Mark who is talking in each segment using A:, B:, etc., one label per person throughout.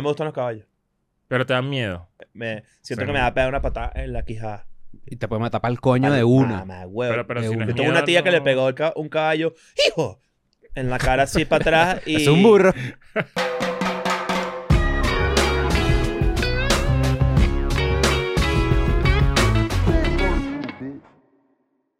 A: No me gustan los caballos.
B: Pero te dan miedo.
A: Me, siento
B: Sí.
A: que me va a pegar una patada en la quijada.
C: Y te podemos tapar el coño de una.
A: Ah, me da huevo.
B: Pero- pero
C: de
B: si no
C: una.
B: es
A: Yo tengo
B: miedo,
A: una tía que le
B: no-
A: pegó el ca- un caballo, ¡hijo! En la cara así para atrás y...
C: Es un burro.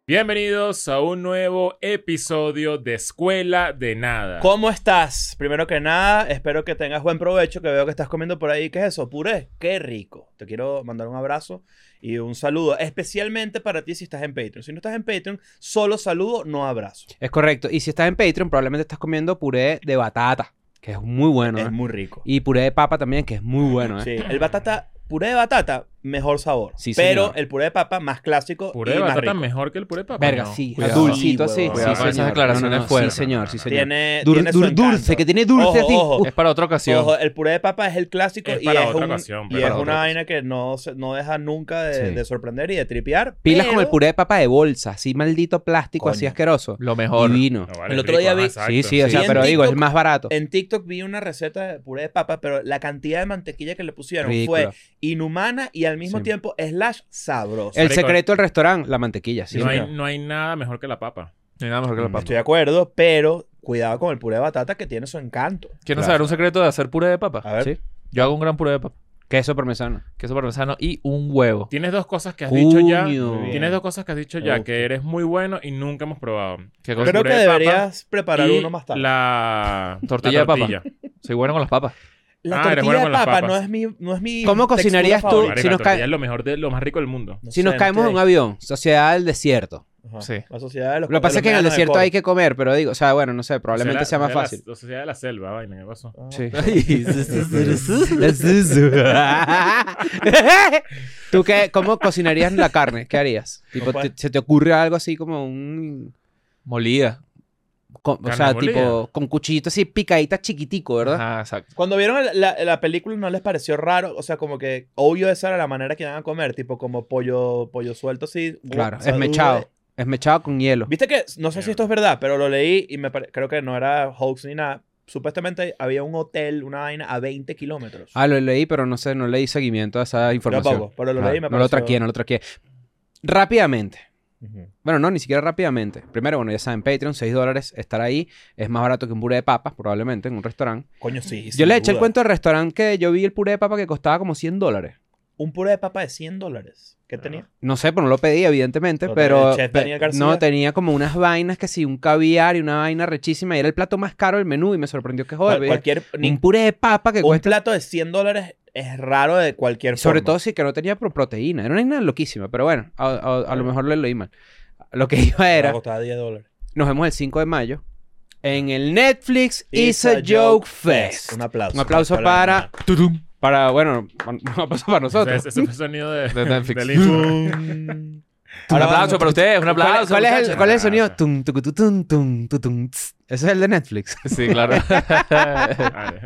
B: Bienvenidos a un nuevo episodio de Escuela de Nada.
A: ¿Cómo estás? Primero que nada, espero que tengas buen provecho, que veo que estás comiendo por ahí. ¿Qué es eso? Puré. Qué rico. Te quiero mandar un abrazo y un saludo, especialmente para ti si estás en Patreon. Si no estás en Patreon, solo saludo, no abrazo.
C: Es correcto. Y si estás en Patreon, probablemente estás comiendo puré de batata, que es muy bueno. ¿eh?
A: Es muy rico.
C: Y puré de papa también, que es muy bueno. ¿eh?
A: Sí, el batata, puré de batata, mejor sabor.
C: Sí,
A: pero
C: señor.
A: el puré de papa más clásico
B: Puré
A: y
B: de
A: más
B: batata
A: rico.
B: mejor que el puré de papa.
C: Verga,
B: no.
C: sí.
A: Cuidado.
C: Dulcito
A: Sí,
C: así.
A: huevón.
C: sí,
A: Cuidado
C: señor.
A: con esas
D: declaraciones
C: No, no, no,
D: fuertes.
C: Sí, señor, sí, señor.
A: Tiene,
C: Dur-
A: tiene su
C: dur-
A: encanto.
C: dulce, que tiene dulce
A: Ojo,
C: así.
A: ojo.
C: Uf,
D: Es para otra ocasión.
A: Ojo, el puré de papa es el clásico
B: Es
A: y
B: para
A: es,
B: otra
A: un-
B: ocasión,
A: y
B: pero-
A: es
D: para
A: una
D: otra
A: vaina que no, se- no deja nunca de,
C: Sí.
A: de sorprender y de tripear.
C: Pilas
A: pero-
C: con el puré de papa de bolsa, así maldito plástico, así
A: Coño.
C: asqueroso.
D: Lo mejor.
C: Divino.
B: No, vale,
A: El
B: es
A: otro día
B: ajá,
A: vi-
B: exacto.
C: Sí, sí, o
D: Sí.
C: sea,
A: Y en
C: pero digo, es el
A: TikTok-
C: más barato.
A: En TikTok vi una receta de puré de papa, pero la cantidad de mantequilla que le pusieron
C: Ridículo.
A: fue inhumana y al mismo
C: Sí.
A: tiempo slash sabrosa.
C: El
B: Marico,
C: secreto del restaurante, la mantequilla, sí.
B: no, hay,
A: señor.
B: no hay nada mejor que la papa.
D: No hay nada mejor que la
C: Mm.
D: papa.
A: Estoy de acuerdo, pero cuidado con el puré de batata que tiene su encanto.
D: ¿Quieren
C: Claro.
D: saber un secreto de hacer puré de
A: A
D: papa?
A: ver.
C: Sí.
D: Yo hago un gran puré de papa.
C: Queso parmesano.
D: Queso parmesano y un huevo.
B: Tienes dos cosas que has dicho ya.
C: Coño.
A: Muy bien.
B: Tienes dos cosas que has dicho
A: Me
B: ya
A: gusta.
B: que eres muy bueno y nunca hemos probado.
D: ¿Qué cosa?
A: Creo
B: puré
A: que
B: de papa
A: deberías preparar
B: Y
A: uno más tarde. La,
B: La
D: Tortilla
B: la
D: de papa.
B: tortilla.
D: Soy bueno con las papas.
B: Ah,
A: tortilla
B: eres bueno
A: de
B: con las
A: papa
B: papas.
A: no es mi, no es mi
C: ¿Cómo
A: textura
C: cocinarías tú?
A: favorita.
B: Marico,
C: Si
B: la
C: nos
B: tortilla
C: cae-
B: es lo mejor de lo más rico del mundo.
A: No
C: Si
A: sé,
C: nos
A: no
C: caemos en un
A: estoy
C: avión, sociedad del desierto.
A: ahí. Ajá.
D: Sí.
A: La sociedad de los
C: Lo que pasa es que en el desierto hay que comer, pero digo, o sea, bueno, no sé, probablemente sea más fácil.
B: La sociedad de la selva, vaina, ¿qué pasó?
A: Ah.
C: Sí. ¿Tú qué, cómo cocinarías la carne? ¿Qué harías? Tipo,
A: Opa.
C: te- ¿Se te ocurre algo así como un...
D: Molida.
C: con- o
B: Carne
C: sea,
B: molida.
C: tipo, con cuchillito así, picadita chiquitico, ¿verdad?
D: Ajá, Ah, exacto.
A: Cuando vieron el- la, la película no les pareció raro, o sea, como que obvio esa era la manera que iban a comer, tipo como pollo pollo suelto así.
C: Claro,
A: o sea, eh.
C: esmechado. Esmechado con hielo.
A: Viste que, no sé si esto es verdad, pero lo leí y me pare- creo que no era hoax ni nada. Supuestamente había un hotel, una vaina a 20 kilómetros.
C: Ah, lo leí, pero no sé, no leí seguimiento a esa
A: Yo
C: información.
A: tampoco, pero lo
C: Ah,
A: leí y me
C: no lo
A: pareció-
C: traqué, no lo traqué. Rápidamente.
A: Ujú.
C: Bueno, no, ni siquiera rápidamente. Primero, bueno, ya saben, Patreon, 6 dólares, estar ahí. Es más barato que un puré de papas, probablemente, en un restaurante.
A: Coño, sí.
C: yo
A: sin
C: le eché el
A: duda.
C: cuento al restaurante que yo vi el puré de papa que costaba como 100 dólares.
A: Un puré de papa de 100 dólares. ¿Qué tenía?
C: No sé, pues no lo pedí, evidentemente,
A: Lo
C: pero...
A: del chef
C: pe-
A: Daniel García.
C: no, tenía como unas vainas que sí, un caviar y una vaina rechísima. Y era el plato más caro del menú y me sorprendió que joder.
A: Cual-
C: veía
A: cualquier, ni-
C: un puré de papa que
A: un
C: cuesta...
A: plato de 100 dólares es raro de cualquier
C: Sobre
A: forma.
C: todo sí que no tenía pro- proteína. Era una vaina loquísima, pero bueno, a, a- a lo mejor le leí mal. Lo que iba era...
A: Costaba 10 dólares.
C: Nos vemos el 5 de mayo en el Netflix
A: It's
C: Is
A: a
C: a Joke Fest.
A: Un aplauso.
C: Un aplauso para... Para, bueno, un aplauso para
B: Ese,
C: nosotros.
B: ese fue el sonido de,
D: De Netflix.
B: del intro.
A: Tum.
D: Un
C: Ahora vamos.
D: aplauso para ustedes, un
C: ¿Cuál,
D: aplauso.
C: cuál es el,
D: muchachos.
C: cuál es el sonido?
B: Ah.
C: Tum, tucu, tu, tum, tum, tu, tum, tss. Ese es el de Netflix.
D: Sí, claro.
B: Vale.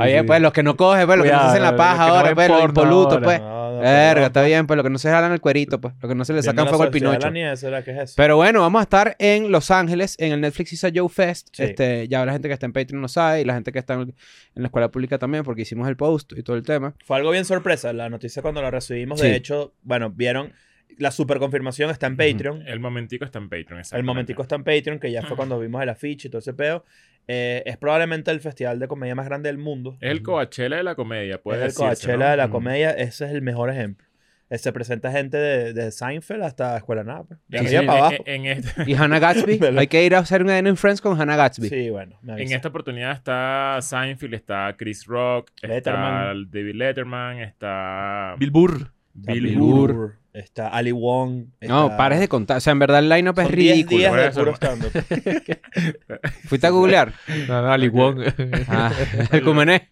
C: Oye, pues los que no cogen, pues los que no se
D: Cuidado,
C: hacen la
D: los
C: paja
D: que no
C: ahora,
D: ven
C: pues los
D: porno
C: impolutos,
D: ahora.
C: pues.
A: No, no,
C: Verga,
A: perdón.
C: está bien, pues los que no se jalan el cuerito, pues. Los que no se le
A: Viendo
C: sacan
A: la
C: fuego al
A: sociedad de
C: pinocho.
A: la nieve, ¿será que es eso?
C: Pero bueno, vamos a estar en Los Ángeles, en el Netflix Isa Joe Fest.
A: Sí.
C: Este, ya la gente que está en Patreon lo sabe, y la gente que está en, en la escuela pública también, porque hicimos el post y todo el tema.
A: Fue algo bien sorpresa la noticia cuando la recibimos.
C: Sí.
A: De hecho, bueno, vieron la superconfirmación está en
C: Ujú.
A: Patreon.
B: El momentico está en Patreon.
A: El
B: exactamente.
A: momentico está en Patreon, que ya fue cuando vimos el afiche y todo ese peo. Eh, es probablemente el festival de comedia más grande del mundo.
C: Eh,
B: Es el Coachella de la comedia,
A: Es
B: puede
A: el Coachella de la
C: Mm.
A: comedia. Ese es el mejor ejemplo. Eh, se presenta gente de, de Seinfeld hasta Escuela de Nada. pues. De
B: En,
A: arriba
B: en-
C: Eh,
A: para abajo.
B: en- en este-
C: Y Hannah Gatsby,
A: De la-
C: hay que ir a hacer un Eden en Friends con Hannah Gatsby.
A: Sí, bueno. me
B: en
A: avisa.
B: esta oportunidad está Seinfeld, está Chris Rock, está
A: Letterman.
B: David Letterman, está
D: Bill Burr.
A: Está
B: Bill
A: Bill
C: Burr.
A: Burr, Está Ali Wong.
C: No,
A: está-
C: pares de contar. O sea, en verdad el lineup es
A: Son 10
C: ridículo.
A: días
B: Por
A: de
B: eso,
A: puro
B: ¿no?
A: stand-up.
C: Fuiste a googlear.
D: No, no, Ali Wong.
C: Ah, el cumené.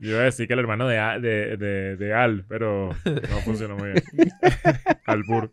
B: Yo iba a decir que el hermano de, A- de, de- de Al, pero no funcionó muy bien. Al Burr.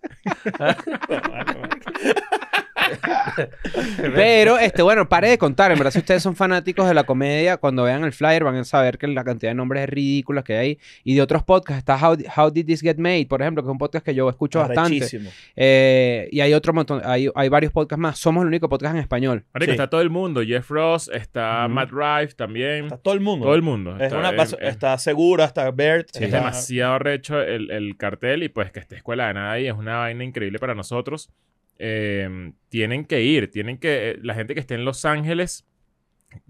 C: Pero, este, bueno, pare de contar. En verdad, si ustedes son fanáticos de la comedia, cuando vean el flyer van a saber que la cantidad de nombres es ridícula que hay. Y de otros podcasts está How, How Did This Get Made, por ejemplo, que es un podcast que yo escucho bastante.
A: Arrechísimo.
C: Eh, y hay otro montón, hay, hay varios podcasts más. Somos el único podcast en español.
B: Marico,
A: Sí.
B: está todo el mundo. Jeff Ross, está
C: Ujú.
B: Matt Rife también.
A: Está todo el mundo.
B: todo el mundo.
A: Es
B: está,
A: una
B: eh,
A: paso-
B: eh,
A: está segura, está Bert.
B: es
A: está-
B: demasiado recho el, el cartel y pues que esté Escuela de Nada ahí es una vaina increíble para nosotros. Eh, tienen que ir, tienen que... eh, la gente que esté en Los Ángeles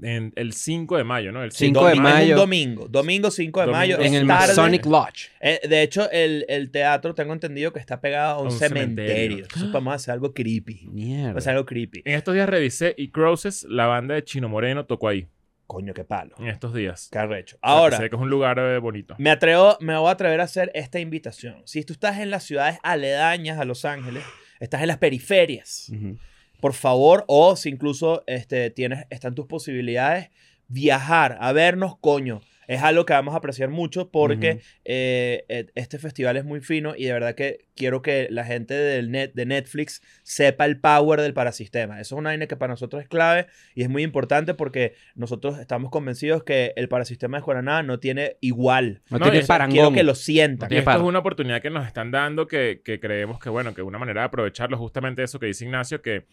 B: en el 5 de mayo, ¿no? El
A: Sí,
C: 5
A: domi-
C: de
A: es un
C: mayo.
A: domingo. Domingo 5 de
B: Domingo
A: mayo.
B: cinco
A: es
C: En el
A: tarde.
C: Masonic Lodge.
A: Eh, de hecho, el, el teatro tengo entendido que está pegado a un,
B: A un
A: cementerio.
B: cementerio.
A: Entonces vamos a hacer algo creepy.
C: Mierda.
A: Vamos a hacer algo creepy.
B: En estos días revisé y Crosses, la banda de Chino Moreno, tocó ahí.
A: Coño, qué palo.
B: En estos días.
A: Qué arrecho.
B: O sea, que
A: Ahora,
B: Sé que es un lugar eh, bonito.
A: Me, atrevo, me voy a atrever a hacer esta invitación. Si tú estás en las ciudades aledañas a Los Ángeles, estás en las periferias,
C: Ujú.
A: por favor, o si incluso este, tienes, están tus posibilidades, viajar a vernos, coño. Es algo que vamos a apreciar mucho porque
C: Ujú.
A: eh, eh, este festival es muy fino y de verdad que quiero que la gente del net, de Netflix sepa el power del parasistema. Eso es una vaina que para nosotros es clave y es muy importante porque nosotros estamos convencidos que el parasistema de Juaraná no tiene igual.
C: No,
B: No,
C: tiene
A: Quiero
B: eso
C: parangón.
A: que lo
B: Y
A: sientan.
C: tiene
B: esto es
C: paro.
B: una oportunidad que nos están dando que, que creemos que, bueno, que una manera de aprovecharlo, justamente eso que dice Ignacio, que,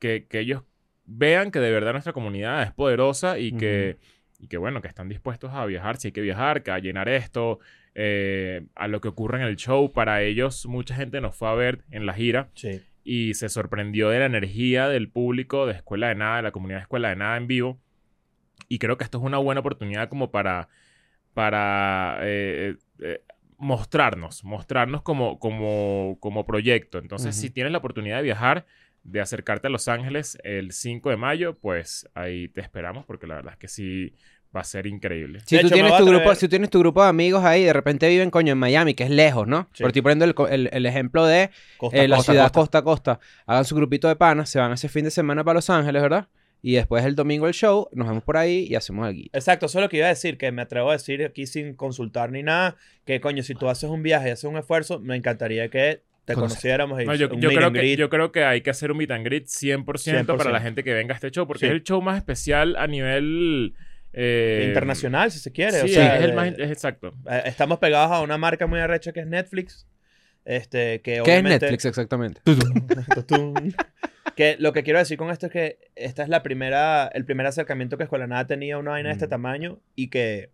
B: que, que ellos vean que de verdad nuestra comunidad es poderosa y que, y que, bueno, que están dispuestos a viajar, si hay que viajar, que a llenar esto, eh, a lo que ocurra en el show. Para ellos, mucha gente nos fue a ver en la gira
A: Sí.
B: y se sorprendió de la energía del público de Escuela de Nada, de la comunidad de Escuela de Nada en vivo. Y creo que esto es una buena oportunidad como para, para eh, eh, mostrarnos, mostrarnos como, como, como proyecto. Entonces,
C: Ujú.
B: si tienes la oportunidad de viajar, de acercarte a Los Ángeles el 5 de mayo, pues ahí te esperamos porque la verdad es que sí va a ser increíble.
C: Si
A: De
C: tú,
A: hecho, me
C: tienes
A: voy a
C: tu grupo,
A: atrever-
C: si tú tienes tu grupo de amigos ahí, de repente viven, coño, en Miami, que es lejos, ¿no?
A: Sí.
C: Pero estoy poniendo el, co- el- el ejemplo de eh,
A: Costa,
C: la
A: costa,
C: ciudad
A: costa.
C: costa a costa. Hagan su grupito de panas, se van ese fin de semana para Los Ángeles, ¿verdad? Y después el domingo el show, nos vemos por ahí y hacemos algo.
A: Exacto, eso es lo que iba a decir, que me atrevo a decir aquí sin consultar ni nada, que coño, si tú haces un viaje y haces un esfuerzo, me encantaría que te
C: Conocer.
A: conociéramos. Y
B: No, yo,
A: un
B: yo
A: meet
B: creo
A: and
B: que,
A: greet.
B: yo creo que hay que hacer un meet and greet 100%, para
A: 100%.
B: la gente que venga a este show, porque
A: Sí.
B: es el show más especial a nivel... eh,
A: Internacional, si se quiere. o
B: Sí,
A: sea,
B: es el
A: de-
B: más... Es exacto.
A: eh, estamos pegados a una marca muy arrecha que es Netflix. Este, que
C: ¿Qué es
A: obviamente-
C: Netflix exactamente?
A: Tutum. que lo que quiero decir con esto es que esta es la primera, el primer acercamiento que Escuela de Nada tenía a una vaina de este
B: Mm.
A: tamaño y que,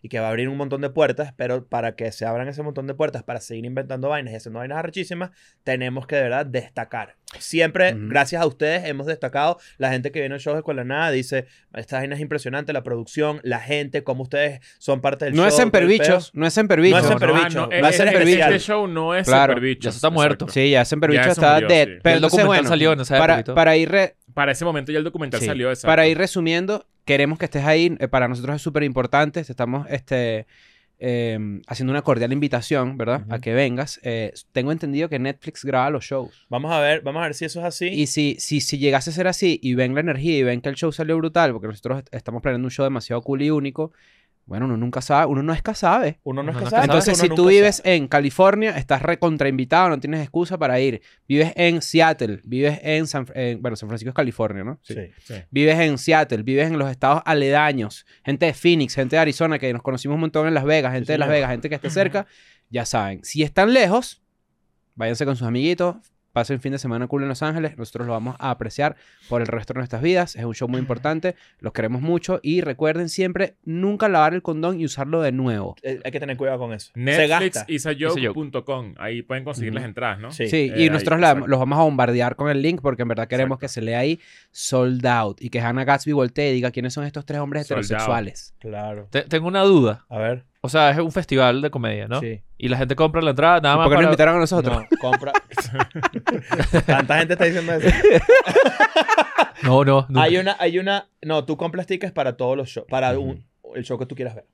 A: y que va a abrir un montón de puertas, pero para que se abran ese montón de puertas, para seguir inventando vainas y haciendo vainas arrechísimas, tenemos que de verdad destacar. Siempre,
C: Ujú.
A: gracias a ustedes, hemos destacado. La gente que viene a shows de Escuela de Nada dice, esta vaina es impresionante, la producción, la gente, cómo ustedes son parte del
C: No
A: show.
C: es en
A: todo el
C: perbichos, no es en
A: No
C: perbichos.
A: es en
B: ah,
A: Superbicho.
B: eh,
A: Va a
B: eh,
A: ser
B: este-
A: Superbicho.
B: Este show no es
C: Claro,
B: Superbicho.
D: ya se está
B: exacto.
D: muerto.
C: Sí, ya es en perbichos
B: Ya eso
C: está
B: murió, sí.
C: dead. Pero
D: el
C: entonces,
D: documental
C: bueno,
D: salió en esa época
C: para,
D: y todo.
C: para ir re-
B: Para ese momento ya el documental
C: Sí.
B: salió. Exacto.
C: Para ir resumiendo, queremos que estés ahí. Eh, Para nosotros es súper importante. Te estamos este, eh, haciendo una cordial invitación, ¿verdad? A
A: Ujú.
C: que vengas. Eh, tengo entendido que Netflix graba los shows.
A: pedo. Vamos a ver, vamos a ver si eso es así.
C: Y si, si, si llegase a ser así y ven la energía y ven que el show salió brutal, porque nosotros est- estamos planeando un show demasiado cool y único, bueno, uno nunca sabe, uno no es que sabe.
A: uno no es
D: Uno
A: que
D: no
A: sabe,
C: Entonces,
A: uno
C: si tú
A: nunca
C: vives
A: sabe.
C: en California, estás recontrainvitado, no tienes excusa para ir. Vives en Seattle, vives en San, en- bueno, San Francisco es California, ¿no?
A: Sí.
C: Vives en Seattle, vives en los estados aledaños, gente de Phoenix, gente de Arizona, que nos conocimos un montón en Las Vegas, gente de Las
A: señor.
C: Vegas, gente que esté cerca, ya saben. Si están lejos, váyanse con sus amiguitos, pasen fin de semana cool en Los Ángeles, nosotros lo vamos a apreciar por el resto de nuestras vidas, es un show muy importante, los queremos mucho y recuerden siempre nunca lavar el condón y usarlo de nuevo.
A: Eh, Hay que tener cuidado con eso. se gasta.
B: Netflixisayoke.com. Ahí pueden conseguir
C: Ujú.
B: las entradas, ¿no?
A: Sí.
C: Sí,
B: Eh,
C: y
B: ahí,
C: nosotros la-
B: exacto.
C: los vamos a bombardear con el link porque en verdad queremos
B: Exacto.
C: que se lea ahí sold out y que Hannah Gatsby voltee y diga quiénes son estos tres hombres
B: Sold out.
C: heterosexuales.
A: Claro.
D: Te- tengo una duda.
A: A ver.
D: O sea, es un festival de comedia, ¿no?
A: Sí.
D: Y la gente compra la entrada nada
C: ¿Y
D: más
C: ¿Por qué no
D: para-
C: invitaron a nosotros?
A: No, compra. Tanta gente está diciendo eso.
D: No, no. nunca.
A: Hay una, hay una. No, tú compras tickets para todos los shows. Para un- el show que tú quieras ver.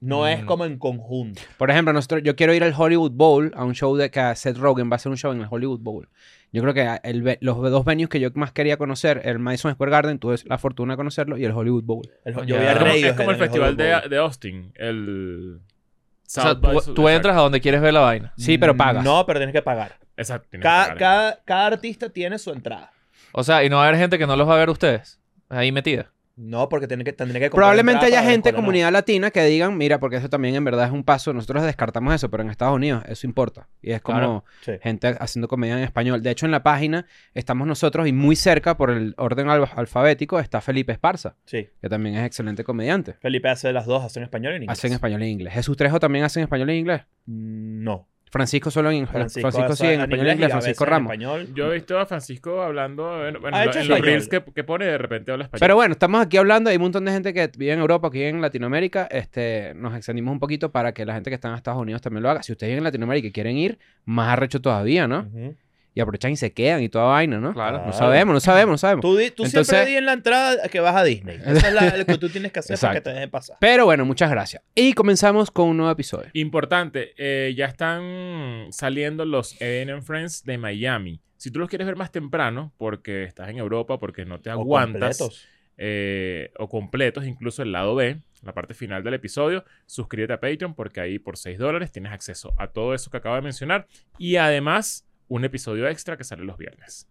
A: No es
D: Mm.
A: como en conjunto.
C: Por ejemplo, nosotros, yo quiero ir al Hollywood Bowl, a un show de que Seth Rogen va a hacer un show en el Hollywood Bowl. Yo creo que ah, el ve- los dos venues que yo más quería conocer, el Madison Square Garden, tuve la fortuna de conocerlo, y el Hollywood Bowl.
A: El-
D: Coño,
A: yo vi a
B: Es como,
A: Radiohead
B: es como el
A: en
B: festival
A: Hollywood
B: de, de Austin. El.
D: O sea,
B: South by
D: tú,
B: South-
D: tú entras a donde quieres ver la vaina.
A: Bowl.
C: Sí, pero pagas.
A: No, pero tienes que pagar.
B: Exacto. tienes que
A: Cada,
B: pagar.
A: cada- cada artista tiene su entrada.
D: O sea, y no va a haber gente que no los va a ver ustedes. Ahí metida.
A: No, porque tiene que, tendría que comprar entrada
C: Probablemente haya
A: para ver
C: gente,
A: cuál era.
C: comunidad latina, que digan, mira, porque eso también en verdad es un paso. Nosotros descartamos eso, pero en Estados Unidos eso importa. Y es como
D: Claro.
A: Sí.
C: gente haciendo comedia en español. De hecho, en la página estamos nosotros y muy cerca, por el orden al- alfabético, está Felipe Esparza,
A: Sí.
C: que también es excelente comediante.
A: Felipe hace las dos, hace en español y en inglés. Mm,
C: Hace en español e inglés. Jesús Trejo también hace en español e inglés.
A: No.
C: Francisco solo en Francisco, sí, en español e inglés.
A: y a veces
C: Francisco
A: en
C: Ramos.
A: español.
B: Yo he visto a Francisco hablando bueno, bueno,
A: Ha
B: en, lo-
A: hecho
B: en los
A: español.
B: reels que, que pone, de repente habla español.
C: Pero bueno, estamos aquí hablando, hay un montón de gente que vive en Europa, que vive en Latinoamérica, este, nos extendimos un poquito para que la gente que está en Estados Unidos también lo haga. Si ustedes viven en Latinoamérica y quieren ir, más arrecho todavía, ¿no?
A: Ujú. Ah,
C: Y aprovechan y se quedan y toda vaina, ¿no?
D: Claro.
C: No sabemos, no sabemos, no sabemos.
A: Tú, di- tú
C: Entonces-
A: siempre di en la entrada que vas a Disney. Esa es la, lo que tú tienes que hacer para que
C: Exacto.
A: te dejen pasar.
C: Pero bueno, muchas gracias. Y comenzamos con un nuevo episodio.
B: Importante, eh, ya están saliendo los EDN Friends de Miami. Si tú los quieres ver más temprano, porque estás en Europa, porque no te
A: O
B: aguantas,
A: completos.
B: eh, o completos, incluso el lado B, la parte final del episodio, suscríbete a Patreon porque ahí por 6 dólares tienes acceso a todo eso que acabo de mencionar y además un episodio extra que sale los viernes.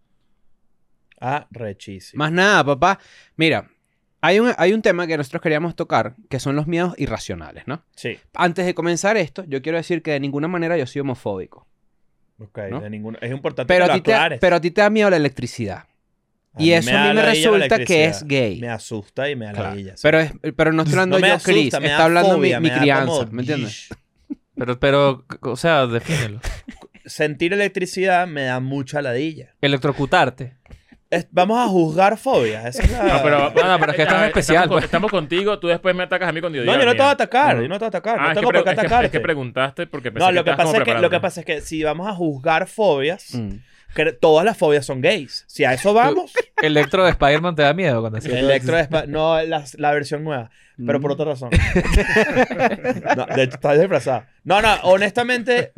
A: Ah, rechísimo.
C: Más nada, papá. Mira, hay un, hay un tema que nosotros queríamos tocar, que son los miedos irracionales, ¿no?
A: Sí.
C: Antes de comenzar esto, yo quiero decir que de ninguna manera yo soy homofóbico.
A: Ok,
C: ¿No?
A: de ninguno- es importante
C: Pero
A: que
C: a,
A: lo
C: ti te,
A: aclares.
C: pero a ti te da miedo la electricidad. y eso a
A: da
C: mí me
A: ladilla la
C: resulta que es
A: electricidad.
C: gay.
A: Me asusta y me da
C: Claro.
A: ladilla, sí.
C: Pero, es, pero no estoy hablando
A: No me
C: yo,
A: asusta,
C: Chris.
A: me da
C: Está hablando
A: fobia,
C: mi, mi
A: me da
C: crianza.
A: como,
C: ¿Me entiendes?
A: "Yish".
D: Pero, pero, c- o sea, defínelo.
A: Sentir electricidad me da mucha ladilla.
D: Electrocutarte.
A: Es- vamos a juzgar fobias. Esa es la-
B: No, pero,
D: no, pero es que esto es
B: eh,
D: especial,
B: Estamos, con-
D: pues.
B: estamos contigo, tú después me atacas a mí cuando yo
A: No,
B: diga
A: yo no te
B: mía.
A: voy a atacar.
D: No.
A: Yo no te voy a atacar.
B: Ah,
A: no
B: es
A: tengo
B: que,
A: por qué
B: pre- es que- es que
A: atacarte.
B: preguntaste porque pensé
A: no, lo que,
B: estabas
A: pasa
B: como
A: es que, lo que
B: preparándote.
A: pasa es que si vamos a juzgar fobias,
C: Mm.
A: que todas las fobias son gays. Si a eso vamos,
D: Electro de Spider-Man te da miedo cuando haces.
A: Electro es pa- No, las- la, versión nueva. Pero
C: Mm.
B: Mm.
A: por otra razón. No, de hecho, estás disfrazada. No, no, honestamente,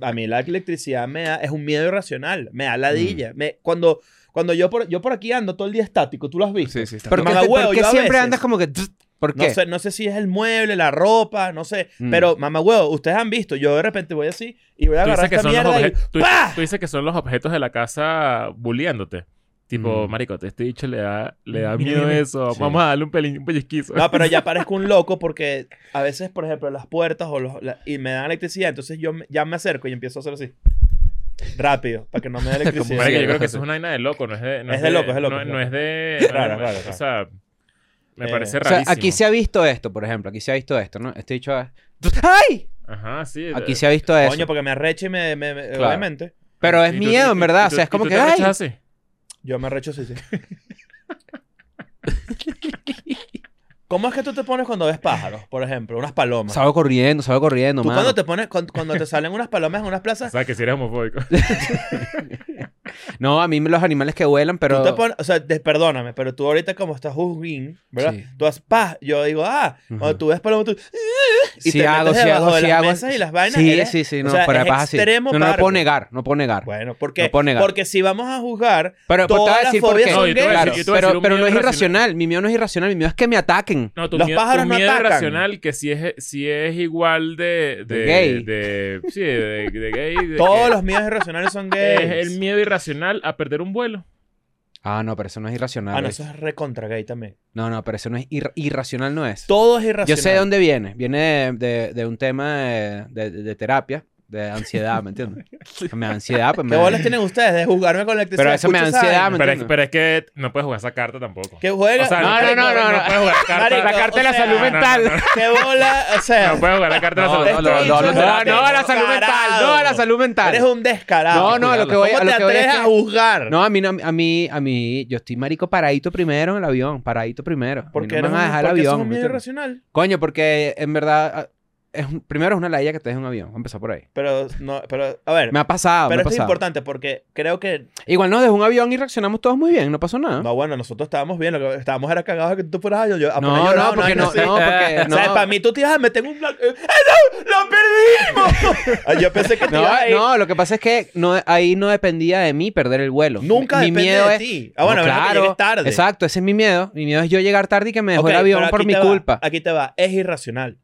A: a mí la electricidad me da, es un miedo irracional. Me da ladilla.
B: Mm.
A: Me, cuando cuando yo, por, yo por aquí ando todo el día estático, tú lo has visto.
D: Sí, sí, está.
C: ¿Por qué,
A: Mamá
C: te-
A: huevo,
C: por qué
A: yo a
C: siempre
A: veces-
C: andas como que... tss? ¿Por
A: No
C: qué?
A: sé, no sé si es el mueble, la ropa, no sé.
C: Mm.
A: Pero, mamá huevo, ustedes han visto. Yo de repente voy así y voy a
B: Tú
A: agarrar
B: dices, que
A: esta
B: son
A: mierda
B: los
A: y
B: obje- tú-
A: ¡pah!
B: tú dices que son los objetos de la casa bulleándote. Tipo,
C: Mm.
B: marico, te este dicho le da, le da
A: Mira,
B: miedo
A: mira.
B: eso.
C: Sí.
B: Vamos a darle un, pelín, un pellizquizo.
A: No, pero ya parezco un loco porque a veces, por ejemplo, las puertas o los, la- y me dan electricidad, entonces yo me- ya me acerco y empiezo a hacer así. Rápido, para que no me dé electricidad.
B: Marico, yo creo
D: sí.
B: que eso es una vaina de loco. No es de, no
A: Es de loco, es de loco,
B: No,
A: es
B: no
A: loco.
B: es de... no,
A: Raro,
B: no,
A: raro,
B: O sea, me
A: Eh,
B: parece
A: o
C: O sea,
B: rarísimo.
C: aquí se ha visto esto, por ejemplo. Aquí se ha visto esto, ¿no? Este dicho es... ¡Ay!
B: Ajá, sí.
C: Aquí se ha visto eso.
A: Coño, porque me arrecho y me, me- me-
C: Claro.
A: obviamente.
C: pero es
B: ¿Y tú-
C: miedo,
B: y-
C: en
B: y-
C: verdad.
B: y
C: o
B: tú-
C: sea, es
B: y
C: como
B: tú
C: que...
B: te
C: ¡Ay!
B: arrechas así?
A: Yo me arrecho sí, sí. ¿Cómo es que tú te pones cuando ves pájaros, por ejemplo? Unas palomas.
C: Salgo corriendo, salgo corriendo,
A: Tú
C: mano.
A: cuando te pones, cuan- cuando, te salen unas palomas en unas
B: O
A: plazas,
B: sea, que si eres homofóbico.
C: No, a mí los animales que vuelan, pero...
A: tú te pones, o sea, des- perdóname, pero tú ahorita como estás juzgín, ¿verdad?
C: Sí.
A: Tú haces paz. Yo digo, ah,
C: Ujú.
A: cuando tú ves palomas, tú, "Ah",
C: Si
A: y te
C: hago,
A: metes
C: si
A: debajo
C: hago,
A: de
C: si
A: las
C: hago.
A: mesas y las vainas,
C: Sí,
A: eres-
C: sí, sí. No,
A: o sea,
C: para
A: es
C: paja sí.
A: extremo
C: No, no lo
A: pargo.
C: puedo negar, no puedo negar.
A: Bueno, porque,
C: No puedo negar.
A: porque si vamos a juzgar,
C: Pero, pero te
A: Todas
C: voy a
A: las
C: decir por
A: fobias
C: qué.
A: son No,
B: yo te voy a
C: Claro,
B: decir- yo te voy a
C: pero,
B: decir un
C: pero no
B: miedo
C: es
B: irracional.
C: irracional. Mi miedo no es irracional. Mi miedo es que me ataquen.
B: No, tu
A: Los
B: mie-
A: pájaros
B: tu
A: no
B: miedo
A: atacan.
B: irracional que sí es, sí es igual de... De,
C: De gay.
B: de- sí, de, de gay. de-
A: todos los miedos irracionales son gays.
B: Es el miedo irracional a perder un vuelo.
C: Ah, no, pero eso no es irracional.
A: Ah, no,
C: güey.
A: eso es recontra gay también.
C: No, no, pero eso no es ir- irracional, no es.
A: Todo es
C: Yo
A: irracional.
C: sé de dónde viene. Viene de, de- de un tema de, de- de terapia, de ansiedad, ¿me entiendes? Me da ansiedad, pues me
A: ¿Qué
C: da-
A: bolas tienen ustedes de jugarme con la electricidad?
C: Pero eso me da
A: Escucha esa
C: ansiedad,
A: vaina.
C: Ah, ¿me
B: Pero es,
C: entiendes?
B: pero es que no puedes jugar esa carta tampoco.
A: Que juega.
B: O sea,
C: No,
B: puedes-
C: no, no, no,
B: no
C: no.
B: puedes jugar carta.
A: Marico,
C: La carta de la
A: o sea,
C: salud
A: no, no,
C: mental. No,
A: ¿Qué bola? O sea,
B: No puedes jugar la carta de la
D: No,
B: salud
D: no,
B: mental.
D: no, no, no,
C: no, no, a la salud mental, no a la salud mental.
A: Eres un descarado.
C: No, no, a lo que voy,
A: ¿Cómo
C: a lo
A: te
C: que voy
A: atreves
C: es
A: a
C: que-
A: juzgar?
C: No, a mí, no, a mí, a mí, yo estoy marico paradito primero en el avión, paradito primero. A mí
A: porque
C: no me
A: eres
C: van a
A: un-
C: dejar el
A: porque eso es
C: avión.
A: un
C: ¿me
A: miedo
C: entiendes?
A: irracional.
C: Coño, porque en verdad, ah, es un- primero es una ladilla que te deje un avión. Vamos a empezar por ahí.
A: Pero, no, pero, a ver.
C: Me ha pasado, me
A: pero
C: ha
A: esto es
C: pasado.
A: importante porque creo que
C: Igual nos dejó un avión y reaccionamos todos muy bien, no pasó nada.
A: No, bueno, nosotros estábamos bien. Lo que estábamos era cagados de que tú fueras a yo. yo- a
C: No,
A: poner llorado,
C: no, porque
A: una
C: no,
A: vaina
C: no,
A: así.
C: porque
A: O sea,
C: no.
A: para mí tú te ibas a meter en un blanco. ¡Eh, no! ¡Lo perdimos! Ah, yo pensé que te ibas a ir.
C: No, no, lo que pasa es que no, ahí no dependía de mí perder el vuelo.
A: Nunca
C: mi
A: depende
C: miedo
A: de
C: es,
A: ti. Ah, bueno,
C: No,
A: a menos que llegues tarde.
C: Exacto, ese es mi miedo. Mi miedo es yo llegar tarde y que me dejó
A: Ok,
C: el avión
A: pero
C: por
A: aquí
C: mi
A: te va,
C: culpa.
A: Aquí te va. Es irracional.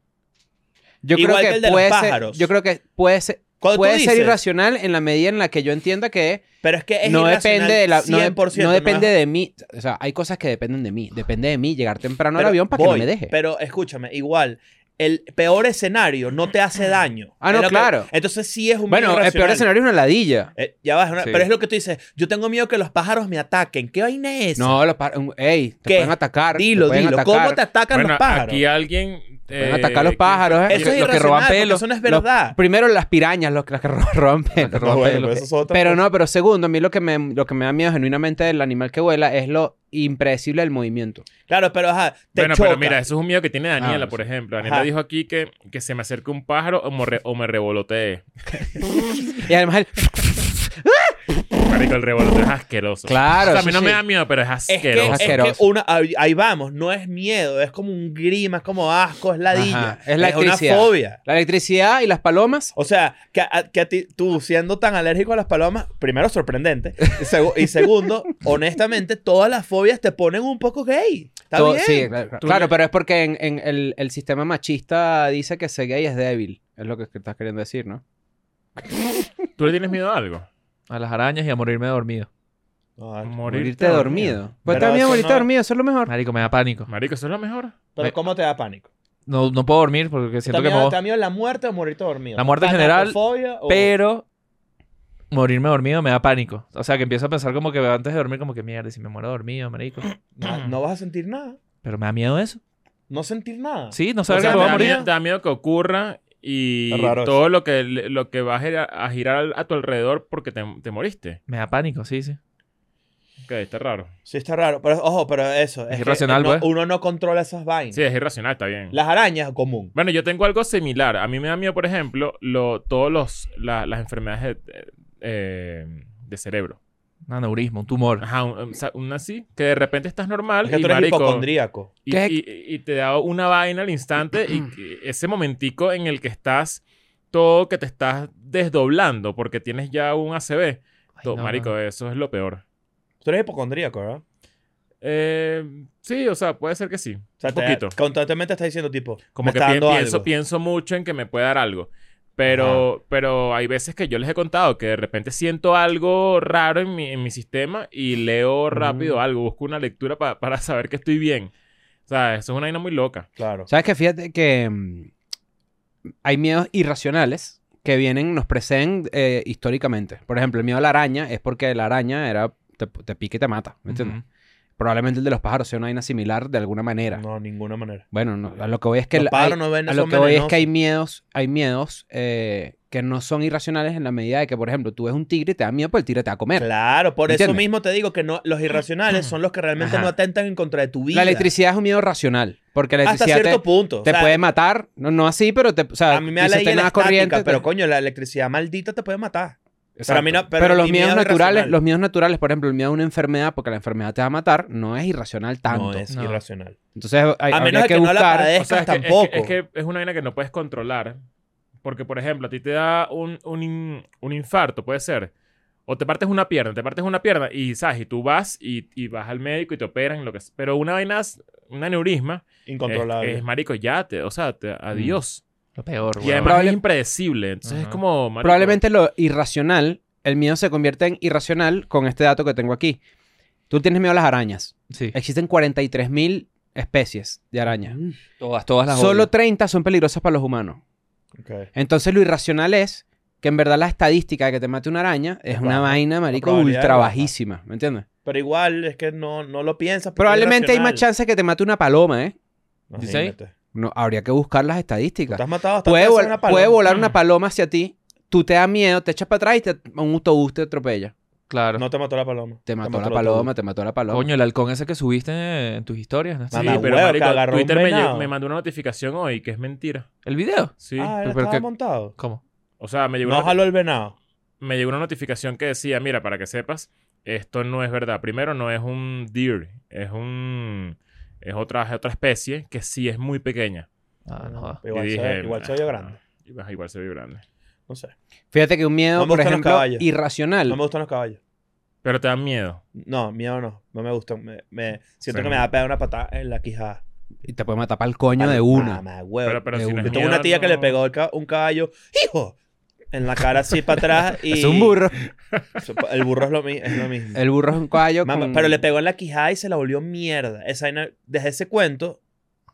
C: Yo
A: Igual
C: creo que,
A: que el de los
C: puede ser,
A: pájaros.
C: yo creo que puede ser
A: Cuando tú
C: puede ser
A: dices-
C: irracional en la medida en la que yo entienda que
A: Pero es que es
C: no
A: irracional
C: depende de la no, de-
A: 100%,
C: no depende
A: es-
C: de mí, o sea, hay cosas que dependen de mí, depende de mí llegar temprano
A: Pero
C: al avión para que
A: voy,
C: no me deje.
A: Pero escúchame, igual, el peor escenario no te hace daño.
C: Ah, no,
A: Es lo que-
C: claro.
A: entonces sí es un miedo
C: bueno, el peor
A: irracional.
C: escenario es una ladilla.
A: Eh, ya vas, ¿no?
C: Sí.
A: pero es lo que tú dices. Yo tengo miedo que los pájaros me ataquen. ¿Qué vaina es? esa?
C: No, los par- un- ey, te
A: ¿Qué?
C: pueden atacar. te
A: dilo,
C: pueden
A: dilo.
C: atacar.
A: ¿Cómo te atacan
B: Bueno,
A: los pájaros?
B: aquí alguien...
C: Pueden
B: eh,
C: atacar los
B: ¿quién-
C: pájaros, ¿eh?
A: eso es
D: los que
A: irracional,
D: roban
A: porque
D: pelo,
A: Eso no es
C: Los-
A: verdad.
C: primero las pirañas, los, las que ro- roban pelo.
D: que roban
A: No, Ah, bueno,
D: pelo.
A: pero eso es otra
C: Pero
A: cosa.
C: no, pero segundo, a mí lo que me, lo que me da miedo genuinamente del animal que vuela es lo impredecible del movimiento.
A: Claro, pero ajá, te
B: bueno,
A: choca.
B: pero mira, eso es un miedo que tiene Daniela,
C: Ah,
B: por
C: sí.
B: ejemplo. Daniela
A: Ajá.
B: dijo aquí que, que se me acerque un pájaro o me, re- o me revolotee.
C: Y además el-
B: Marico, el revoloteo es asqueroso.
C: Claro,
B: O sea, a
C: eso
B: mí no
C: sí.
B: me da miedo, pero es
A: es que,
B: asqueroso.
A: es que
C: asqueroso.
A: una, ahí ahí vamos, no es miedo, es como un grima, es como asco, es ladilla.
C: Ajá, es la
A: una
C: electricidad.
A: fobia.
C: la electricidad y las palomas.
A: O sea, que, a- que a ti, tú siendo tan alérgico a las palomas, primero sorprendente, y, segu- y segundo, honestamente, todas las fobias te ponen un poco gay. Está
C: todo-
A: bien.
C: sí, claro,
B: Tú
C: claro,
B: le-
C: pero es porque en, en el, el sistema machista dice que ser gay es débil. Es lo que estás queriendo decir, ¿no?
B: ¿Tú le tienes miedo a algo?
D: A las arañas y a morirme dormido.
A: No,
C: Morirte dormido. Pues
A: Pero
C: también
A: eso
C: morirte
A: no-
C: dormido, eso es lo mejor.
D: Marico, me da pánico.
B: Marico, eso es lo mejor.
A: pero ¿cómo te da pánico?
D: No, no puedo dormir porque siento que
A: ¿También,
D: me voy.
A: la muerte o morirte dormido?
D: La muerte en general,
A: ¿Tanatofobia o-
D: Pero morirme dormido me da pánico. O sea, que empiezo a pensar como que antes de dormir, como que mierda, y si me muero dormido, marico.
A: No, no vas a sentir nada.
D: Pero me da miedo eso.
A: No sentir nada.
D: Sí, no
B: O
D: saber
B: sea, te,
D: que me voy a
B: da
D: morir.
B: miedo, te da miedo que ocurra y
A: Está raro
B: todo lo que, lo que va a girar, a girar al- a tu alrededor porque te, te moriste.
D: Me da pánico, sí, sí.
B: Ok, está raro.
A: Sí, está raro. Pero, ojo, pero eso.
D: Es
A: que
D: irracional,
A: no-
D: pues.
A: Uno no controla esas vainas.
B: Sí, es irracional, está bien.
A: Las arañas, común.
B: Bueno, yo tengo algo similar. A mí me da miedo, por ejemplo, lo, todos los, la- las enfermedades de, eh, de cerebro.
D: Un aneurisma, un tumor.
B: Ajá, un- un- sa- una así, que de repente estás normal
A: Es que
B: y,
A: tú eres
B: marico,
A: hipocondríaco.
B: y,
C: ¿Qué?
B: y- y te da una vaina al instante
D: Mm.
B: y que- ese momentico en el que estás todo que te estás desdoblando porque tienes ya un ACV.
D: Ay,
B: To-
D: no,
B: marico,
D: no.
B: eso es lo peor.
A: Tú eres hipocondríaco, ¿verdad?
B: Eh, sí, o sea, puede ser que sí.
A: O sea,
B: un
A: este te-
B: poquito.
A: constantemente está diciendo, tipo,
B: Como
A: me
B: que
A: está
B: pi-
A: dando
B: pienso,
A: algo.
B: pienso mucho en que me puede dar algo. Pero, pero hay veces que yo les he contado que de repente siento algo raro en mi, en mi sistema y leo
D: Mm.
B: rápido algo, busco una lectura pa- para saber que estoy bien. O sea, eso es una vaina muy loca.
A: Claro.
C: ¿Sabes que Fíjate que mm, hay miedos irracionales que vienen, nos preceden eh, históricamente. Por ejemplo, el miedo a la araña es porque la araña era te, te pica y te mata, ¿me entiendes?
D: Ujú.
C: Probablemente el de los pájaros sea una vaina similar de alguna manera.
A: No, ninguna manera.
C: Bueno, no, a lo que voy es que...
A: Los
C: la-
A: pájaros
C: hay-
A: no ven,
C: a lo
A: son
C: que voy es
A: venenosos.
C: que hay miedos, hay miedos eh, que no son irracionales en la medida de que, por ejemplo, tú ves un tigre y te da miedo, pues el tigre te va a comer.
A: Claro, por eso
C: ¿Entiendes?
A: mismo te digo que no, los irracionales son los que realmente
C: Ajá.
A: no atentan en contra de tu vida.
C: La electricidad es un miedo racional, porque la
A: Hasta
C: electricidad
A: cierto
C: te,
A: punto.
C: te
A: O sea,
C: puede matar, no, no así, pero te, o sea,
A: A mí me da
C: dices,
A: la
C: "Tengo
A: idea
C: una
A: estática, pero
C: te-
A: coño, la electricidad maldita te puede matar.
C: Exacto.
A: mí no-
C: pero,
A: pero
C: los
A: mi
C: miedos
A: miedo es
C: naturales,
A: irracional.
C: los miedos naturales, por ejemplo, el miedo a una enfermedad, porque la enfermedad te va a matar, no es irracional tanto.
A: No es
D: No.
A: irracional.
C: Entonces, hay,
A: A
C: habría
A: menos de
C: que
A: que no la
C: buscar.
A: padezca.
B: O sea, es que- es que-
A: tampoco.
B: Es que, es una vaina que no puedes controlar. Porque, por ejemplo, a ti te da un, un, in- un infarto, puede ser. O te partes una pierna, te partes una pierna y, ¿sabes? Y tú vas y, y vas al médico y te operan, lo que sea. Pero una vaina, es- un aneurisma,
A: Incontrolable.
B: Es, es, marico, ya, te, o sea, te- adiós.
D: Lo peor,
B: Y
D: güey.
B: además
C: Probable-
B: es impredecible. Entonces es
D: Ajá.
B: como. marico,
C: probablemente lo irracional, el miedo se convierte en irracional con este dato que tengo aquí. Tú tienes miedo a las arañas.
D: Sí.
C: Existen 43.000 especies de arañas.
A: Mm.
D: Todas, todas las
C: Solo
D: odio.
C: 30 son peligrosas para los humanos.
A: Ok.
C: Entonces, lo irracional es que en verdad la estadística de que te mate una araña es
A: Es
C: una
A: baja.
C: vaina, marico,
A: probabilidad es
C: ultra
A: baja.
C: bajísima. ¿Me entiendes?
A: Pero igual es que no, no lo piensas. porque
C: Probablemente
A: es
C: hay más
A: irracional.
C: chance que te mate una paloma, ¿eh?
A: Imagínate.
C: No, habría que buscar las
A: Tú
C: estadísticas.
A: te has matado hasta
C: puede, vol-
A: una paloma.
C: puede volar una paloma hacia ti, tú te da miedo, te echas para atrás y te- un autobús te atropella.
D: Claro.
A: No te mató la paloma.
C: Te mató, la
A: el
C: paloma, te mató la paloma.
D: Coño, el halcón ese que subiste en tus historias, ¿no?
B: Sí,
A: Mamá
B: pero
A: huevo,
B: marico,
A: que agarró un
B: Twitter me,
A: venado.
B: llegó- me mandó una notificación hoy que es mentira.
D: ¿El video?
B: Sí.
A: Ah, él
D: pero
A: estaba
D: que-
A: montado.
D: ¿Cómo?
B: O sea, me llegó,
A: No
B: una,
A: jaló el venado.
B: me llegó una notificación que decía: Mira, para que sepas, esto no es verdad. Primero, no es un deer, es un. Es otra, es otra especie que sí es muy pequeña.
D: Ah, no jodas.
A: Igual,
B: y
A: se,
B: dije,
A: igual se
B: "Ah,
A: oye grande.
B: Igual, igual se ve grande.
A: No sé.
C: Fíjate que un miedo,
A: No me
C: por
A: gustan los
C: ejemplo,
A: caballos.
C: irracional.
A: No me gustan los caballos.
B: Pero te da miedo.
A: No, miedo no. No me gustan. Me, me- siento
B: Sí.
A: que me va a pegar una patada en la quijada.
C: Y te puede matar para el coño de una.
A: Mamá, huevo.
B: Pero, pero
C: de
B: si no
C: una.
B: es
A: Yo Eh, tengo una
B: miedo,
A: tía que le
B: no-
A: pegó el ca- un caballo. ¡Hijo! en la cara así para atrás y...
C: Es un burro.
A: El burro es lo, mi- es lo mismo.
C: El burro es un caballo
A: Mamá,
C: con-
A: Pero le pegó en la quijada y se la volvió mierda. Esa vaina- desde ese cuento,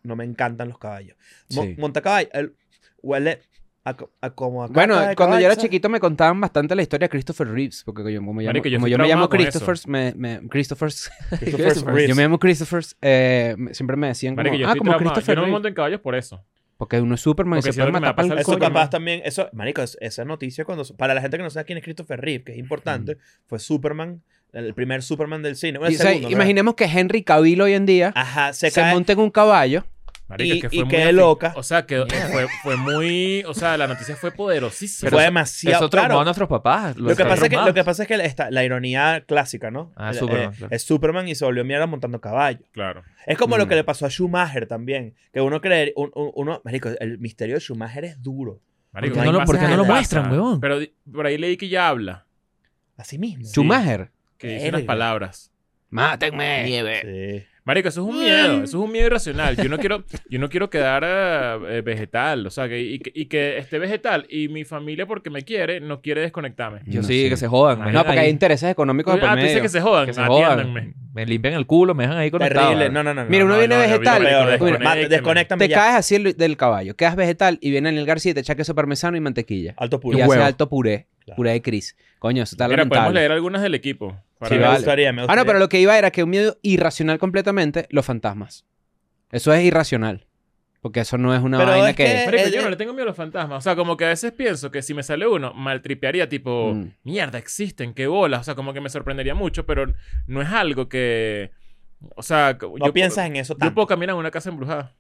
A: no me encantan los caballos. Mo-
C: Sí.
A: Monta caballo, el- huele a, co- a como a caca
C: Bueno,
A: de
C: cuando
A: caballo,
C: yo era
A: ¿sabes?
C: chiquito me contaban bastante la historia de Christopher Reeves, porque yo- como, llamo-
B: Marico, yo
C: como
B: estoy
C: yo me
B: traumado
C: llamo
B: con eso.
C: Christopher, me, me- Christophers-
A: Christopher Reeves.
C: yo me llamo Christopher, eh, me- siempre me decían como,
B: Marico, yo
C: ah,
B: estoy
C: como
B: traumado.
C: Christopher
B: Yo no me
C: Reeves,
B: monto en caballos por eso.
C: porque uno es Superman y
B: Porque
C: se
B: si
C: puede
B: algo me va
C: matar
B: a
C: pa'l
B: pasar el
A: Eso
C: coño.
B: coño.
A: capaz también, eso, marico, es- esa noticia cuando, para la gente que no sabe quién es Christopher Reeve, que es importante, fue Superman, el primer Superman del cine. Bueno,
C: Y,
A: el
C: o sea,
A: segundo, creo.
C: imaginemos que Henry Cavill hoy en día
A: Ajá, se,
C: se,
A: cae.
C: monta en un caballo.
B: Marico,
A: Y-
B: es que
A: y
B: fue muy
A: quedé
B: afi-
A: loca.
B: O sea, quedó- fue, fue muy. O sea, la noticia fue poderosísima.
A: fue demasiado.
D: Eso traumó
A: claro,
D: a nuestros papás.
A: Lo que,
D: está
A: pasa es que, lo
D: traumado.
A: que pasa es que esta- la ironía clásica, ¿no?
D: Ah,
A: El-
D: Superman,
A: eh,
D: claro.
A: Es Superman y se volvió mierda montando caballo.
B: Claro.
A: Es como lo que
C: Mm.
A: le pasó a Schumacher también. Que uno cree, un- un- uno, marico, el misterio de Schumacher es duro.
B: Marico,
A: ¿Por qué no lo-
B: pasa
A: por qué no lo
B: nada.
D: muestran, huevón?
B: Pero di- por ahí leí que ya habla.
A: Así mismo.
B: Sí.
C: Schumacher.
B: Que dice unas
A: Verga.
B: palabras.
C: Mátenme. Nieve.
A: Sí.
B: Marico, eso es
C: Mm.
B: un miedo. Eso es un miedo irracional. Yo no quiero, yo no quiero quedar eh, vegetal. O sea, que, y, que- y que esté vegetal. Y mi familia, porque me quiere, no quiere desconectarme.
D: Yo
C: No
D: sí,
C: sé.
D: que se jodan. me
B: No,
C: No,
D: dejan
C: porque
D: ahí.
C: hay intereses económicos de por
B: Ah, tú dices
C: medio.
B: que se jodan.
D: Que se
B: Atiéndanme.
D: jodan. Me limpian el culo, me dejan ahí conectado.
A: Terrible. No, no, no. no.
C: Mira, uno
B: no,
C: viene
B: no, yo vi lo
C: vegetal,
B: peor,
A: Peor,
C: mira,
A: desconectame, ma- desconéctame
C: te
A: ya.
C: caes así el- del caballo, quedas vegetal y viene en el García y te echa queso parmesano y mantequilla.
A: Alto
C: y
A: puro.
C: hace
A: Huevo.
C: alto puré,
A: Claro.
C: puré de Cris. Coño, eso está
B: Mira, podemos
C: lamentable.
B: leer algunas del equipo.
A: Sí,
C: Para-
A: me
C: vale.
A: gustaría, me
C: Ah,
A: gustaría.
C: no, pero lo que iba era que un miedo irracional completamente, los fantasmas. Eso es irracional. Porque eso no es una
A: Pero
C: vaina
A: es
C: que...
A: que-
B: Marico,
A: Eh,
B: yo
A: eh.
B: no le tengo miedo a los fantasmas. O sea, como que a veces pienso que si me sale uno, maltripearía, tipo,
C: Mm.
B: mierda, existen, qué bolas. O sea, como que me sorprendería mucho, pero no es algo que. O sea, co-
A: No
B: yo,
A: piensas en eso
B: puedo, yo
A: tanto.
B: puedo caminar en una casa embrujada.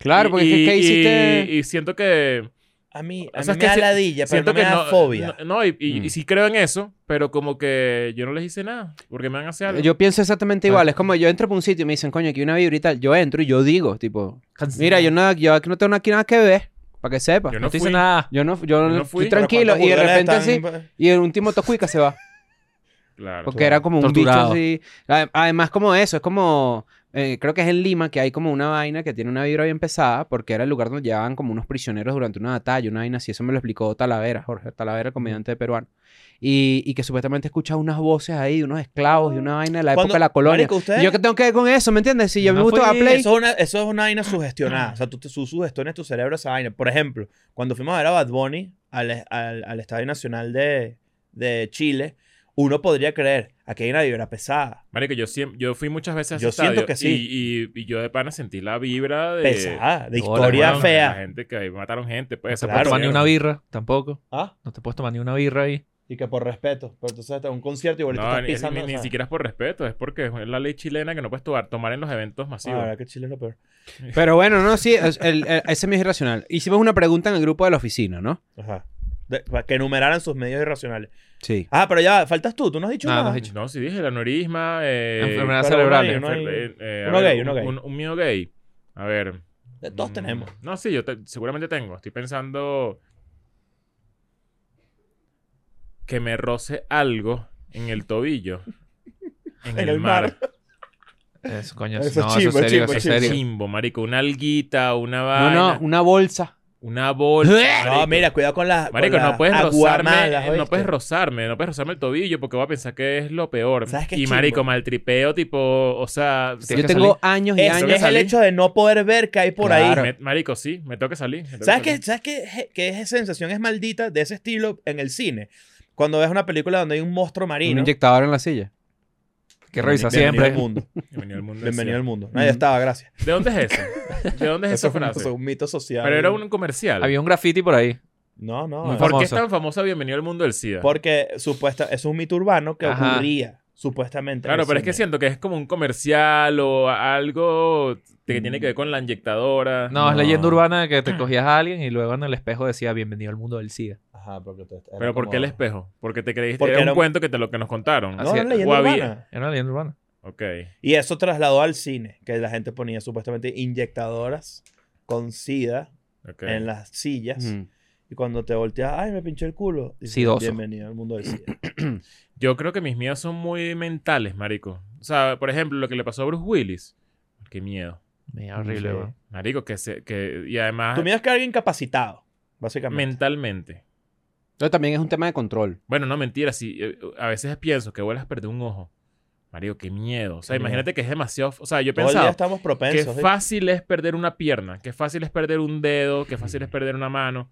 C: Claro,
B: Y-
C: porque
B: y,
C: es que hiciste...
B: Y, y siento que.
A: A mí, a
B: O sea,
A: mí
B: es que
A: me da
B: si-
A: ladilla, pero
B: siento
A: no me
B: que
A: da
B: no,
A: fobia.
B: No, no, y, y-
C: Mm.
B: y sí creo en eso, pero como que yo no les hice nada, porque me van a hacer algo.
C: Yo pienso exactamente igual. Es como yo entro por un sitio y me dicen, coño, aquí hay una vibra y tal. Yo entro y yo digo, tipo, mira, yo, no, yo aquí no tengo aquí nada que ver, para que sepa.
B: Yo
C: Yo
B: no
D: No te hice
B: fui.
D: nada.
C: no, yo
B: no
C: no
B: fui. Pero
C: estoy tranquilo y de repente sí,
A: sí.
C: y el último tocuica se va.
B: Claro.
C: Porque era como un
D: Torturado.
C: bicho así. Ade- Además, como eso, es como. eh, creo que es en Lima que hay como una vaina que tiene una vibra bien pesada, porque era el lugar donde llevaban como unos prisioneros durante una batalla, una vaina así. Eso me lo explicó Talavera, Jorge Talavera, el comediante peruano. Y, y que supuestamente escuchaba unas voces ahí de unos esclavos, de una vaina de la época de la colonia. ¿Y yo qué tengo que ver con eso, ¿me entiendes? Si yo
D: No
C: me gusta
D: fui-
C: Play.
A: Eso es, una, eso es una vaina sugestionada. O sea, tú, te- tú sugestiones tu cerebro esa vaina. Por ejemplo, cuando fuimos a ver a Bad Bunny al, al- al Estadio Nacional de, de Chile, uno podría creer, aquí hay una vibra pesada.
B: Marico, yo, siem- yo fui muchas veces a ese
A: Yo siento
B: estadio
A: que sí.
B: Y, y- y yo de pana sentí la vibra de.
A: pesada, de
D: Hola,
A: historia
B: Bueno, La
A: fea.
B: gente que ahí mataron gente, pues. esa
D: No te
A: Claro,
D: puedes tomar ni
B: parte-
D: una birra, tampoco.
A: Ah,
D: No te puedes tomar ni una birra ahí.
A: Y que por respeto. Pero tú sabes, te- un concierto y ahorita
B: No,
A: estás
B: ni-
A: pisando.
B: ni, ni
A: ¿sabes?
B: siquiera es por respeto, es porque es la ley chilena que no puedes tomar, tomar en los eventos
A: Ah,
B: masivos.
A: verdad que Chile es lo peor.
C: Pero bueno, no, sí, es- el- el- ese mío es irracional. Hicimos una pregunta en el grupo de la oficina, ¿no?
A: Ajá. De- para que enumeraran sus medios irracionales.
C: Sí.
A: Ah, pero ya, faltas tú. Tú no has dicho
D: No,
A: nada.
D: no has dicho.
B: no, sí dije, el aneurisma. eh,
D: Enfermedad
A: pero
D: cerebral.
A: no hay-
B: enfer- eh, a
A: uno
B: ver,
A: gay,
B: un-
A: uno gay.
B: Un, un miedo gay. A ver.
A: Eh, Todos
B: mm,
A: tenemos.
B: No, sí, yo te- seguramente tengo. Estoy pensando que me roce algo en el tobillo. En, el, mar.
D: Eso, coño.
A: Eso
D: no,
A: es
D: eso es serio,
A: chimbo,
D: eso es
A: chimbo,
D: serio.
B: Chimbo, marico. Una alguita, una
C: No,
B: vaina.
C: no, una bolsa.
B: Una bolsa.
A: No,
B: marico.
A: mira, cuidado con las. con
B: Marico,
A: las
B: no puedes
A: aguamalas,
B: rozarme, eh, no
A: ¿oíste?
B: puedes rozarme, no puedes rozarme el tobillo porque voy a pensar que es lo peor.
A: ¿Sabes qué
B: y
A: chimbo?
B: marico, maltripeo, tipo, o sea,
D: Sí,
B: sí,
C: Yo
D: que
C: tengo
D: salir.
C: años y
A: Es,
C: años.
A: es el hecho de no poder ver que hay por
C: Claro.
A: ahí.
B: me- marico, sí, me toca salir. me toca
A: ¿Sabes
B: salir.
A: qué, ¿sabes qué, je- qué esa sensación es maldita de ese estilo en el cine? Cuando ves una película donde hay un monstruo
C: Un
A: marino.
C: inyectador en la silla.
D: Que revisa
A: Bienvenido
D: siempre.
A: al mundo.
B: Bienvenido al mundo.
A: Bienvenido al mundo.
C: Mm.
A: Ahí estaba, gracias.
B: ¿De dónde es eso? ¿De dónde es
A: Eso
B: Pues esa
A: fue un, eso
B: frase?
A: fue un mito social.
B: Pero era un comercial.
D: Había un graffiti por ahí.
A: No, no.
D: Muy
A: eh.
B: ¿Por qué es
D: famoso.
B: tan famosa Bienvenido al mundo del SIDA?
A: Porque supuesta, es un mito urbano que
D: Ajá.
A: ocurría, supuestamente. en
B: Claro,
A: el
B: pero es que
A: cine.
B: siento que es como un comercial o algo que
A: Mm.
B: tiene que ver con la inyectadora.
D: No, es
A: No.
D: leyenda urbana que
A: Ah.
D: te cogías a alguien y luego en el espejo decía bienvenido al mundo del SIDA.
A: Ajá, porque te- era
B: Pero ¿por
A: como-
B: qué el espejo? Porque te creíste
A: Porque
B: era un,
A: era un-
B: cuento que te lo que nos contaron.
A: No, era
D: Así-
A: leyenda
B: o había.
A: urbana.
D: Era una leyenda urbana.
B: Ok.
A: Y eso trasladó al cine, que la gente ponía supuestamente inyectadoras con sida
B: ok.
A: en las sillas.
C: Mm.
A: Y cuando te volteas, ay, me pinché el culo. dices,
D: Sidoso.
A: Bienvenido al mundo del SIDA.
B: Yo creo que mis miedos son muy mentales, marico. O sea, por ejemplo, lo que le pasó a Bruce Willis. Qué miedo.
D: Mira, horrible,
A: Sí.
D: weón.
B: Marico, que se... Que, y además...
A: Tú miras que alguien capacitado, básicamente.
B: mentalmente. O
C: Entonces también es un tema de control.
B: Bueno, no, mentira. Si, eh, a veces pienso que vuelas a perder un ojo. Mario, qué miedo. O sea,
A: Qué miedo.
B: imagínate que es demasiado... O sea, yo
A: Todo el día
B: pensaba,
A: estamos
B: qué
A: propensos. ¿eh?
B: fácil es perder una pierna, qué fácil es perder un dedo, qué fácil es perder una mano.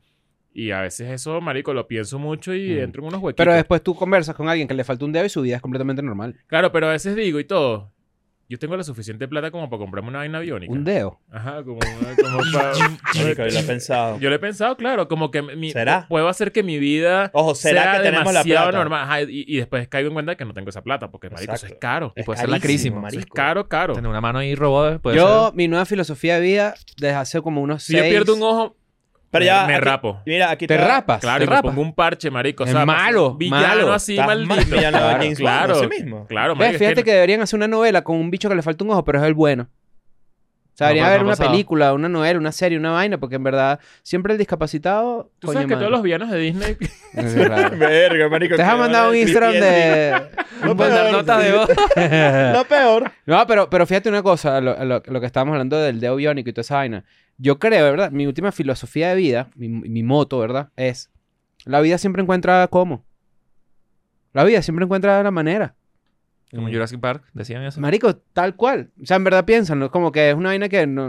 B: Y a veces eso, marico, lo pienso mucho y
C: Mm.
B: entro en unos huequitos.
C: Pero después tú conversas con alguien que le falta un dedo y su vida es completamente normal.
B: Claro, pero a veces digo y todo. Yo tengo la suficiente plata como para comprarme una vaina biónica.
C: Un dedo.
B: Ajá, como, como para...
A: Marico, yo lo he pensado.
B: Yo lo he pensado, claro, como que mi-
A: ¿Será?
B: puedo hacer que mi vida
A: Ojo, ¿será
B: sea
A: que tenemos la
B: demasiado
A: plata?
B: normal. Ajá, y, y después caigo en cuenta que no tengo esa plata, porque marico, eso es
A: Exacto.
B: caro.
A: Es
D: puede ser la
A: carísimo,
D: crisis,
B: Eso es
A: marico.
B: caro, caro.
D: Tener una mano ahí robada puede
C: yo,
D: ser.
C: mi nueva filosofía de vida, desde hace como unos
B: Si
C: seis...
B: yo pierdo un ojo,
A: Pero
B: me-
A: ya,
B: me
A: aquí-
B: rapo.
A: Mira, aquí
C: Te rapas,
B: Claro,
C: te
B: y me
C: rapas.
B: pongo un parche, marico. O
C: Es
B: sea,
C: malo,
B: villano
C: malo.
B: así,
A: Estás
B: maldito.
A: más villano de
B: claro,
A: James Bond,
B: claro,
A: así mismo.
B: claro,
C: Ves,
B: marico, es
C: fíjate que...
B: que-
C: deberían hacer una novela con un bicho que le falta un ojo, pero es el bueno. O sea,
D: No,
C: debería
D: pero
C: haber
D: no ha
C: una
D: pasado.
C: película, una novela, una serie, una vaina, porque en verdad siempre el discapacitado.
B: Tú sabes que todos los villanos de Disney...
A: Verga, marico.
C: Te
A: qué
C: has mandado un
A: vale,
C: Instagram
A: Cristian.
C: de.
A: No,
D: Mandar
A: pero-
D: notas de voz.
A: Lo peor.
C: No, pero, pero fíjate una cosa, lo, lo- lo que estábamos hablando del dedo biónico y toda esa vaina. Yo creo, ¿verdad? Mi última filosofía de vida, mi, mi moto, ¿verdad? Es, la vida siempre encuentra cómo. La vida siempre encuentra la manera.
D: Como Jurassic Park, decían eso.
C: Marico, tal cual. O sea, en verdad piensan, ¿no? Como que es una vaina que no,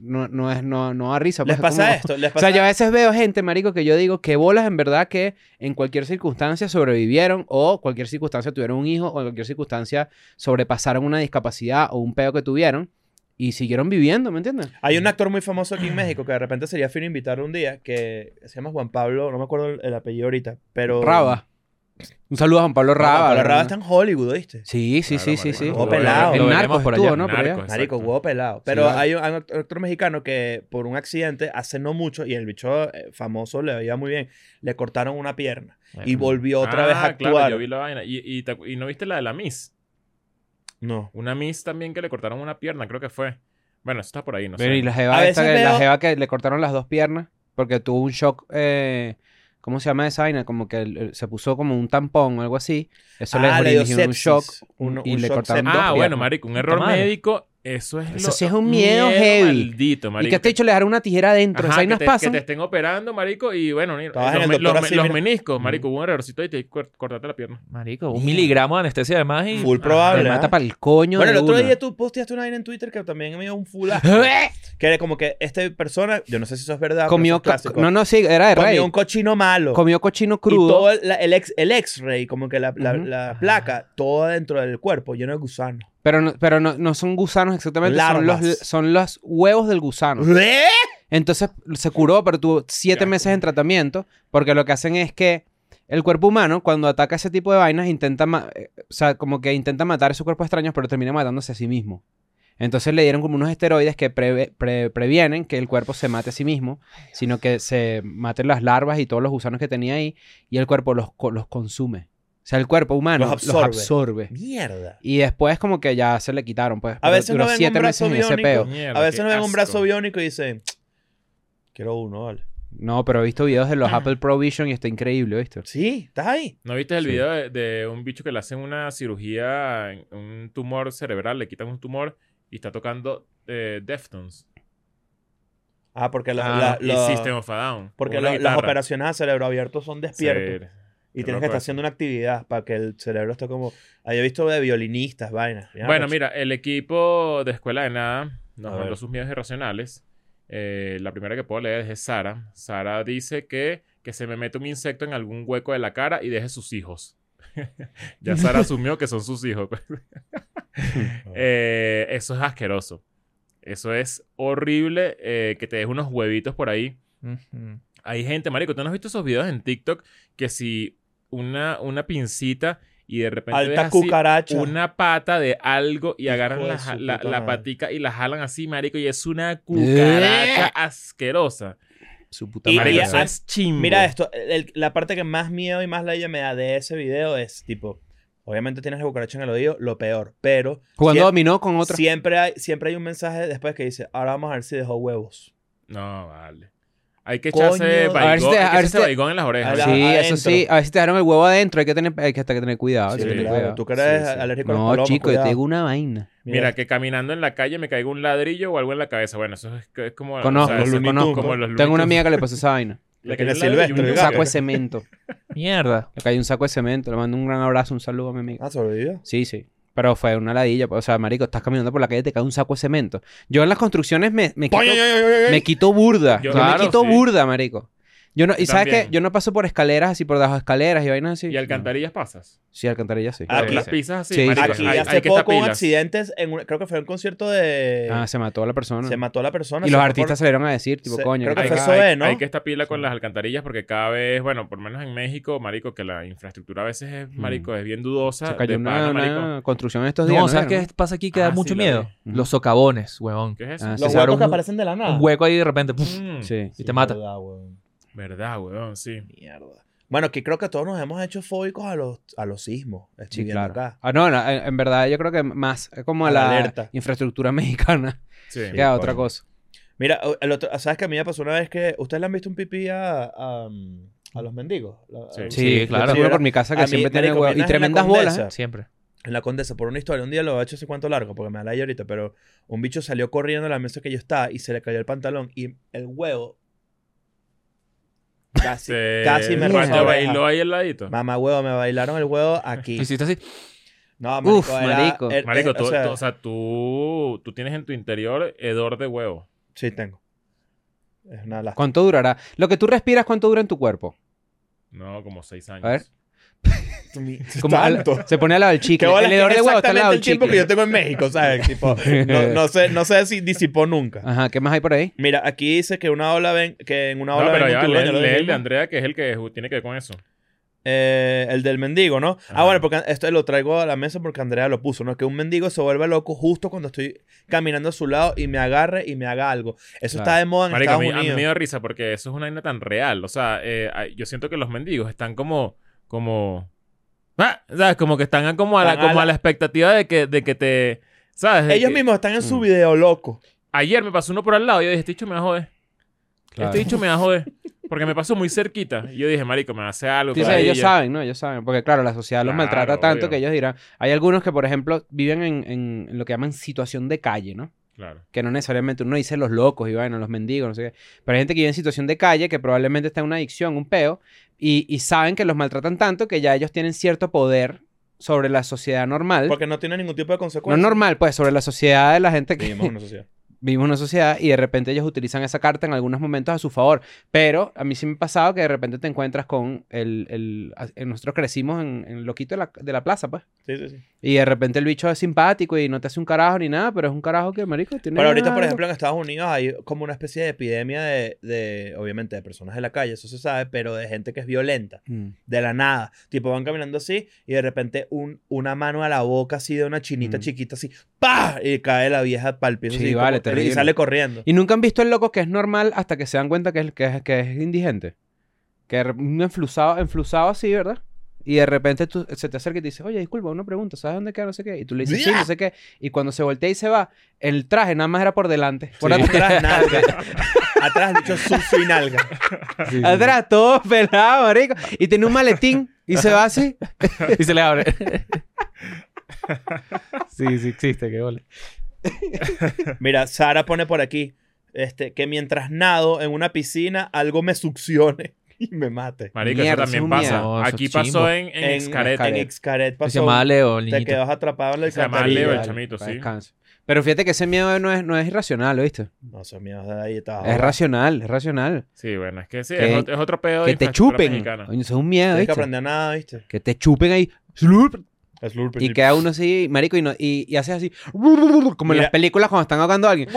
C: no, no es, no, no da risa.
A: Les
C: pues, es
A: pasa
C: como-
A: esto. Les
C: O sea,
A: pasa
C: yo a veces veo gente, marico, que yo digo que bolas en verdad que en cualquier circunstancia sobrevivieron o cualquier circunstancia tuvieron un hijo o en cualquier circunstancia sobrepasaron una discapacidad o un pedo que tuvieron y siguieron viviendo, ¿me entiendes?
A: Hay un actor muy famoso aquí en México que de repente sería fino invitarlo un día, que se llama Juan Pablo, no me acuerdo el, el apellido ahorita, pero...
C: Raba. Oh. Un saludo a Juan Pablo
A: No, Juan
C: Raba.
A: Pablo Raba
C: ¿verdad? Oh,
A: está en Hollywood, ¿viste?
C: Sí, sí,
B: Claro,
C: sí, sí,
B: marico,
C: sí.
A: huevo pelado.
C: En
D: Lo
C: Narcos
D: veremos por allá.
C: estuvo, ¿no? Por allá.
B: Narcos,
A: Marico,
B: exacto.
A: huevo pelado. Pero
C: vale.
A: hay un, hay un act- actor mexicano que por un accidente hace no mucho, y el bicho eh, famoso le veía muy bien, le cortaron una pierna y volvió otra
B: Ah,
A: vez a actuar.
B: Claro, yo vi la vaina. Y, y te acu- y no viste la de la Miss.
A: No.
B: Una Miss también que le cortaron una pierna, creo que fue. Bueno, eso está por ahí, no
C: Pero
B: sé.
C: y la jeva,
A: A
C: esta
A: veces
C: que, la
A: veo-
C: jeva que le cortaron las dos piernas porque tuvo un shock. eh, ¿Cómo se llama esa vaina? Como que el- el- se puso como un tampón o algo así. Eso
A: Ah,
C: le
A: le dio
C: originó un
A: sepsis,
C: shock
A: un-
C: y
A: un
C: le
A: shock
C: cortaron
A: séptico.
C: dos
B: Ah,
C: piernas.
B: bueno, marico, un error
D: madre.
B: médico, eso es
C: Eso
B: lo-
C: sí es un miedo heavy.
B: maldito, marico.
C: Y que este dicho le dejaron una tijera adentro.
B: Ajá,
C: Esas
B: que,
C: vainas
B: te, que
C: pasan.
B: te estén operando, marico, y bueno, ni- los,
A: Estabas en el
B: me-
A: doctor
B: los-
A: así,
B: los
A: mira.
B: meniscos, marico, hubo un errorcito y te cortaste la pierna.
D: Marico, un miligramo de anestesia además y...
A: Full
D: Ah,
A: probable.
C: Te mata
A: ¿eh?
C: para el coño.
A: Bueno, el
C: de
A: otro
C: una. ¡Eh!
A: día tú posteaste una vaina en Twitter que también me dio un fulazo. que era como que esta persona, yo no sé si eso es verdad, pero
C: Comió.
A: eso es
C: co-
A: clásico,
C: No, no, sí, era de
A: comió
C: rey.
A: un cochino malo.
C: Comió cochino
A: Y
C: crudo.
A: todo el, la- el ex, el X-ray, como que la, la-
C: Ujú.
A: la placa, todo dentro del cuerpo, lleno de gusano.
C: Pero, no, pero no, no son gusanos exactamente. Son los,
A: Larvas.
C: son los huevos del gusano.
A: ¿Eh?
C: Entonces se curó, pero tuvo siete
B: Qué asco.
C: meses en tratamiento, porque lo que hacen es que el cuerpo humano, cuando ataca ese tipo de vainas, intenta, ma- eh, o sea, como que intenta matar esos cuerpos extraños, pero termina matándose a sí mismo. Entonces le dieron como unos esteroides que preve- pre- previenen que el cuerpo se mate a sí mismo, sino que se maten las larvas y todos los gusanos que tenía ahí, y el cuerpo los, co- los consume. O sea, el cuerpo humano los
A: Los
C: absorbe.
A: absorbe. Mierda.
C: Y después como que ya se le quitaron, pues.
A: A
C: pero
A: veces
C: duró
A: no ven
C: siete
A: un brazo
C: meses en ese
A: biónico.
C: peo.
B: Mierda,
A: A veces
B: qué
A: nos ven un
B: asco.
A: brazo biónico y dicen, quiero uno, vale.
C: No, pero he visto videos de los Apple Pro Vision y está increíble, ¿viste?
A: Sí, estás ahí.
B: ¿No viste el
C: Sí.
B: video de, de un bicho que le hacen una cirugía, en- un tumor cerebral, le quitan un tumor y está tocando eh, Deftones?
A: Ah, porque, la-
B: Ah,
A: la-
B: y
A: la-
B: System of a Down.
A: porque
B: Una
A: la- las
B: guitarra.
A: operaciones a cerebro abierto son
B: Sí.
A: despiertos. y
B: qué
A: tienes
B: loco
A: que estar
B: eso.
A: haciendo una actividad para que el cerebro esté como... Había visto de violinistas, vainas. pues.
B: Bueno, mira, el equipo de Escuela de Nada nos
A: A
B: mandó
A: ver.
B: sus miedos irracionales. Eh, la primera que puedo leer es de Sara. Sara dice que, que se me mete un insecto en algún hueco de la cara y deje sus hijos. ya Sara asumió que son sus hijos. Eh, eso es asqueroso. Eso es horrible eh, que te des unos huevitos por ahí.
D: ujú.
B: Hay gente, marico, ¿tú no has visto esos videos en TikTok que si una, una pincita y de repente ves
A: Alta
B: así
A: cucaracha.
B: una pata de algo y
A: Hijo
B: agarran
A: de
B: la,
A: su
B: ja- la-
A: puta
B: la
A: madre.
B: patica y la jalan así, marico, y es
C: Eh.
B: una cucaracha asquerosa.
C: Su puta
A: Y-
B: Marico,
A: y-
B: eso
A: ah,
B: es chimbo.
A: Mira esto, el- la parte que más miedo y más ley me da de ese video es tipo, obviamente tienes la cucaracha en el oído, lo peor, pero
C: Jugando
A: siem-
C: dominó con otro.
A: siempre, hay, siempre hay un mensaje después que dice, ahora vamos a ver si dejó huevos.
B: No, vale. Hay que
A: Coño.
B: echarse
A: A ver
B: baigón,
C: si te-
B: hay
C: a
B: que
C: ver si
B: echarse
C: te-
B: baigón en las
A: a
B: orejas.
A: la-
C: sí, eso
A: adentro.
C: sí. A ver si te dejaron el huevo adentro. Hay que tener, hay que hasta que tener cuidado. hay
A: Sí,
C: que tener
A: claro,
C: Ah, cuidado.
A: tú que eres
B: Sí, sí.
A: alérgico a las
C: No,
A: palomas,
C: chico, yo
A: cuidado.
C: te digo una vaina.
B: Mira, que caminando en la calle me caiga un ladrillo o algo en la cabeza. Bueno, eso es, es como...
C: Conozco,
B: eso es
A: los Looney
B: como-
A: Tunes,
B: como
A: ¿no?
B: los Looney
C: Tengo una
B: Tunes.
C: amiga que le pasó esa vaina.
A: Le
B: cayó
A: que le
B: al lado y
A: silvestre,
B: un
A: el
C: Un
A: gato.
B: yuca.
C: saco de cemento.
D: Mierda.
C: Le cayó un saco de cemento. Le mando un gran abrazo, un saludo a mi amiga.
A: Ah, sobrevivió.
C: Sí, sí. Pero fue una ladilla. pues, O sea, marico, estás caminando por la calle y te cae un saco de cemento. Yo en las construcciones me, me, quito, me quito burda.
B: Yo-
C: Yo,
B: Claro,
C: me quito
B: sí.
C: burda, marico. Yo no, y
B: Yo
C: sabes qué?
B: también.
C: Yo no paso por escaleras así, por debajo de escaleras y vainas así.
B: Y alcantarillas pasas.
C: No. Sí, alcantarillas sí.
A: Ah,
B: Pero
A: Aquí-
B: las pisas así.
C: Sí,
B: marico,
A: Aquí
B: hay-
A: hace
B: hay que estar
A: poco hubo
B: pilas.
A: accidentes, en una- creo que fue en un concierto de...
C: Ah, se mató a la persona.
A: eh, Se mató a la persona.
C: y
A: se
C: los
A: fue
C: artistas
A: por-
C: salieron a decir, tipo,
A: se-
C: coño.
A: creo que
C: qué
A: fue
C: cagada.
A: Zoe,
B: hay,
A: ¿no?
B: hay que estar pila con
C: Sí.
B: las alcantarillas porque cada vez, bueno, por lo menos en México, marico, que la infraestructura a veces es, marico, es bien dudosa.
C: Se cayó
B: Ah, de pana,
C: una,
B: marico.
C: una construcción estos días.
D: No, ¿sabes
C: vieron?
D: qué pasa aquí que
B: Ah,
D: da
B: sí,
D: mucho
B: lo
D: miedo?
C: vi.
D: Los socavones, huevón.
B: ¿Qué es eso?
C: Ah, sí,
A: Los huecos
C: se
A: que
C: abrió un-
A: aparecen de la nada.
D: Un hueco ahí de repente. puf,
B: Mm,
C: Sí.
D: Y te mata.
A: Verdad, weón.
B: Verdad, weón, sí.
A: Mierda. Bueno, que creo que todos nos hemos hecho fóbicos a los, a los sismos.
C: Sí,
A: Estoy viendo
C: claro.
A: acá.
C: Ah, no, no, en, en verdad yo creo que más eh, como a
A: A la
C: la
A: alerta.
C: infraestructura mexicana
B: Sí.
C: que a
B: coño.
C: otra cosa.
A: Mira, o- el otro- ¿sabes que a mí me pasó una vez que. ¿Ustedes le han visto un pipí a, a, mm, a los mendigos? La-
B: Sí.
A: a-
D: Sí,
C: yo
D: claro.
C: tengo
A: Sí,
C: uno
A: era-
C: por mi casa
A: a
C: que
A: mí,
C: siempre tiene
A: marico,
C: huevos y
A: apenas en la
C: tremendas
A: Condesa,
C: bolas. ¿eh?
D: Siempre.
A: En la condesa, por una historia. Un día lo he hecho ese cuento largo porque me da la idea ahorita, pero un bicho salió corriendo a la mesa que yo estaba y se le cayó el pantalón y el huevo. Casi,
B: Se-
A: casi me
B: Juan,
A: rompe
B: te
A: la oreja.
B: bailó ahí al ladito.
A: Mamá huevo, me bailaron el huevo aquí.
D: Hiciste así.
A: No, marico,
C: Uf,
A: era-
C: marico.
A: era-
B: Marico,
A: eh, o
B: tú,
A: sea,
B: tú- o sea, tú, tú tienes en tu interior hedor de huevo.
A: Sí, tengo. Es una lástima.
C: ¿Cuánto durará? Lo que tú respiras, ¿cuánto dura en tu cuerpo?
B: No, como seis años.
C: A ver. Como al-
A: Tanto.
C: se pone al lado del
A: Que
C: chicle.
A: bolas
C: El
A: que
C: hedor
A: es
C: de huevo está al
A: exactamente
C: lado del
A: el tiempo que
C: chicle.
A: yo tengo en México, ¿sabes? Tipo, no, no sé, no sé si disipó nunca.
C: Ajá, ¿qué más hay por ahí?
A: Mira, aquí dice que una ola ven, que en una
B: No,
A: ola
B: pero
A: ven
B: ya
A: un tiburón,
B: lee,
A: ya lo
B: lee el de
A: dijimos.
B: Andrea, que es el que ju- tiene que ver con eso.
A: Eh, el del mendigo, ¿no?
B: Ajá.
A: Ah, bueno, porque esto lo traigo a la mesa porque Andrea lo puso, ¿no? Que un mendigo se vuelve loco justo cuando estoy caminando a su lado y me agarre y me haga algo. Eso
C: Claro.
A: está de moda en
B: Marico, a mí,
A: Estados
B: a mí
A: Unidos.
B: me da risa porque eso es una vaina tan real. O sea, eh, ay, yo siento que los mendigos están como... como ah, ¿Sabes? Como que están a- como a la,
A: Están a
B: como
A: la-
B: a la expectativa de que, de que te... ¿Sabes? De
A: Ellos
B: que-
A: mismos están en su
C: Mm.
A: video loco.
B: Ayer me pasó uno por al lado y yo dije, este dicho me va a joder.
C: Claro.
B: Este dicho me va a joder. Porque me pasó muy cerquita. Y yo dije, marico, me hace algo.
C: Sí,
B: por
C: sí,
B: ahí".
C: ellos
B: Yo-
C: saben, ¿no? Ellos saben. Porque, claro, la sociedad los
B: Claro,
C: maltrata tanto
B: obvio.
C: que ellos dirán. Hay algunos que, por ejemplo, viven en, en- en lo que llaman situación de calle, ¿no?
B: Claro.
C: Que no necesariamente uno dice los locos y bueno, los mendigos, no sé qué. Pero hay gente que vive en situación de calle que probablemente está en una adicción, un peo, y, y saben que los maltratan tanto que ya ellos tienen cierto poder sobre la sociedad normal.
A: Porque no tienen ningún tipo de
C: ¿Eh? no
A: consecuencia.
C: normal, pues, sobre la sociedad de la gente que
A: Vivimos en una sociedad.
C: vivimos en una sociedad y de repente ellos utilizan esa carta en algunos momentos a su favor. Pero a mí sí me ha pasado que de repente te encuentras con el... el- a- eh, nosotros crecimos en, en el loquito de la, de la plaza, pues.
A: Sí, sí, sí.
C: Y de repente el bicho es simpático y no te hace un carajo ni nada, pero es un carajo que, marico, tiene...
A: Pero ahorita, por
C: algo.
A: ejemplo, en Estados Unidos hay como una especie de epidemia de, de, obviamente, de personas de la calle, eso se sabe, pero de gente que es violenta,
C: Mm.
A: de la nada. Tipo, van caminando así y de repente un, una mano a la boca así de una chinita
C: Mm.
A: chiquita así, ¡pah! Y cae la vieja pa'l piso
C: Sí,
A: así,
C: vale,
A: como- y
C: terrible.
A: sale corriendo.
C: Y nunca han visto el loco que es normal hasta que se dan cuenta que es, que es, que es indigente. Que es un enflusado, enflusado así, ¿verdad? Y de repente tú, se te acerca y te dice, oye, disculpa, una pregunta, ¿sabes dónde queda? No sé qué. Y tú le dices, sí, no sé qué. Y cuando se voltea y se va, el traje nada más era por delante. Por
A: Por
C: atrás.
A: atrás, nalga. atrás, dicho, sucio y nalga.
C: Atrás, todo pelado, marico. Y tiene un maletín y se va así.
D: Y se le abre. sí, sí existe, qué bola.
A: Mira, Sara pone por aquí este, que mientras nado en una piscina, algo me succione y me mate.
B: Marico,
C: Mierda,
B: eso también
C: eso es un
B: pasa.
D: miedo. No, eso
B: Aquí
D: es chimbo.
B: pasó en, en,
A: En
B: Xcaret.
A: En Xcaret
D: Se
A: pasó.
D: llamaba Leo, el
A: te
D: niñito.
A: quedas atrapado en la
B: Se llamaba
A: alcantarilla.
B: Leo, el
C: Dale,
B: chamito,
C: pa'
B: sí.
C: descanso. Pero fíjate que ese miedo no es, no es irracional, ¿viste?
A: No, son miedos de ahí está.
C: Es racional, es racional.
B: Sí, bueno, es que sí,
C: Que-
B: es, ot- es otro pedo de
C: Que te
B: infraestructura
C: chupen.
B: mexicana.
C: Coño, Eso es un miedo,
A: Tienes que
C: ¿viste?
A: aprender nada, ¿viste?
C: Que te chupen ahí. Slurp,
A: Es lurpe.
C: Y queda uno así, marico, y, no, y, y haces así, como en
A: Mira.
C: las películas cuando están ahogando a alguien.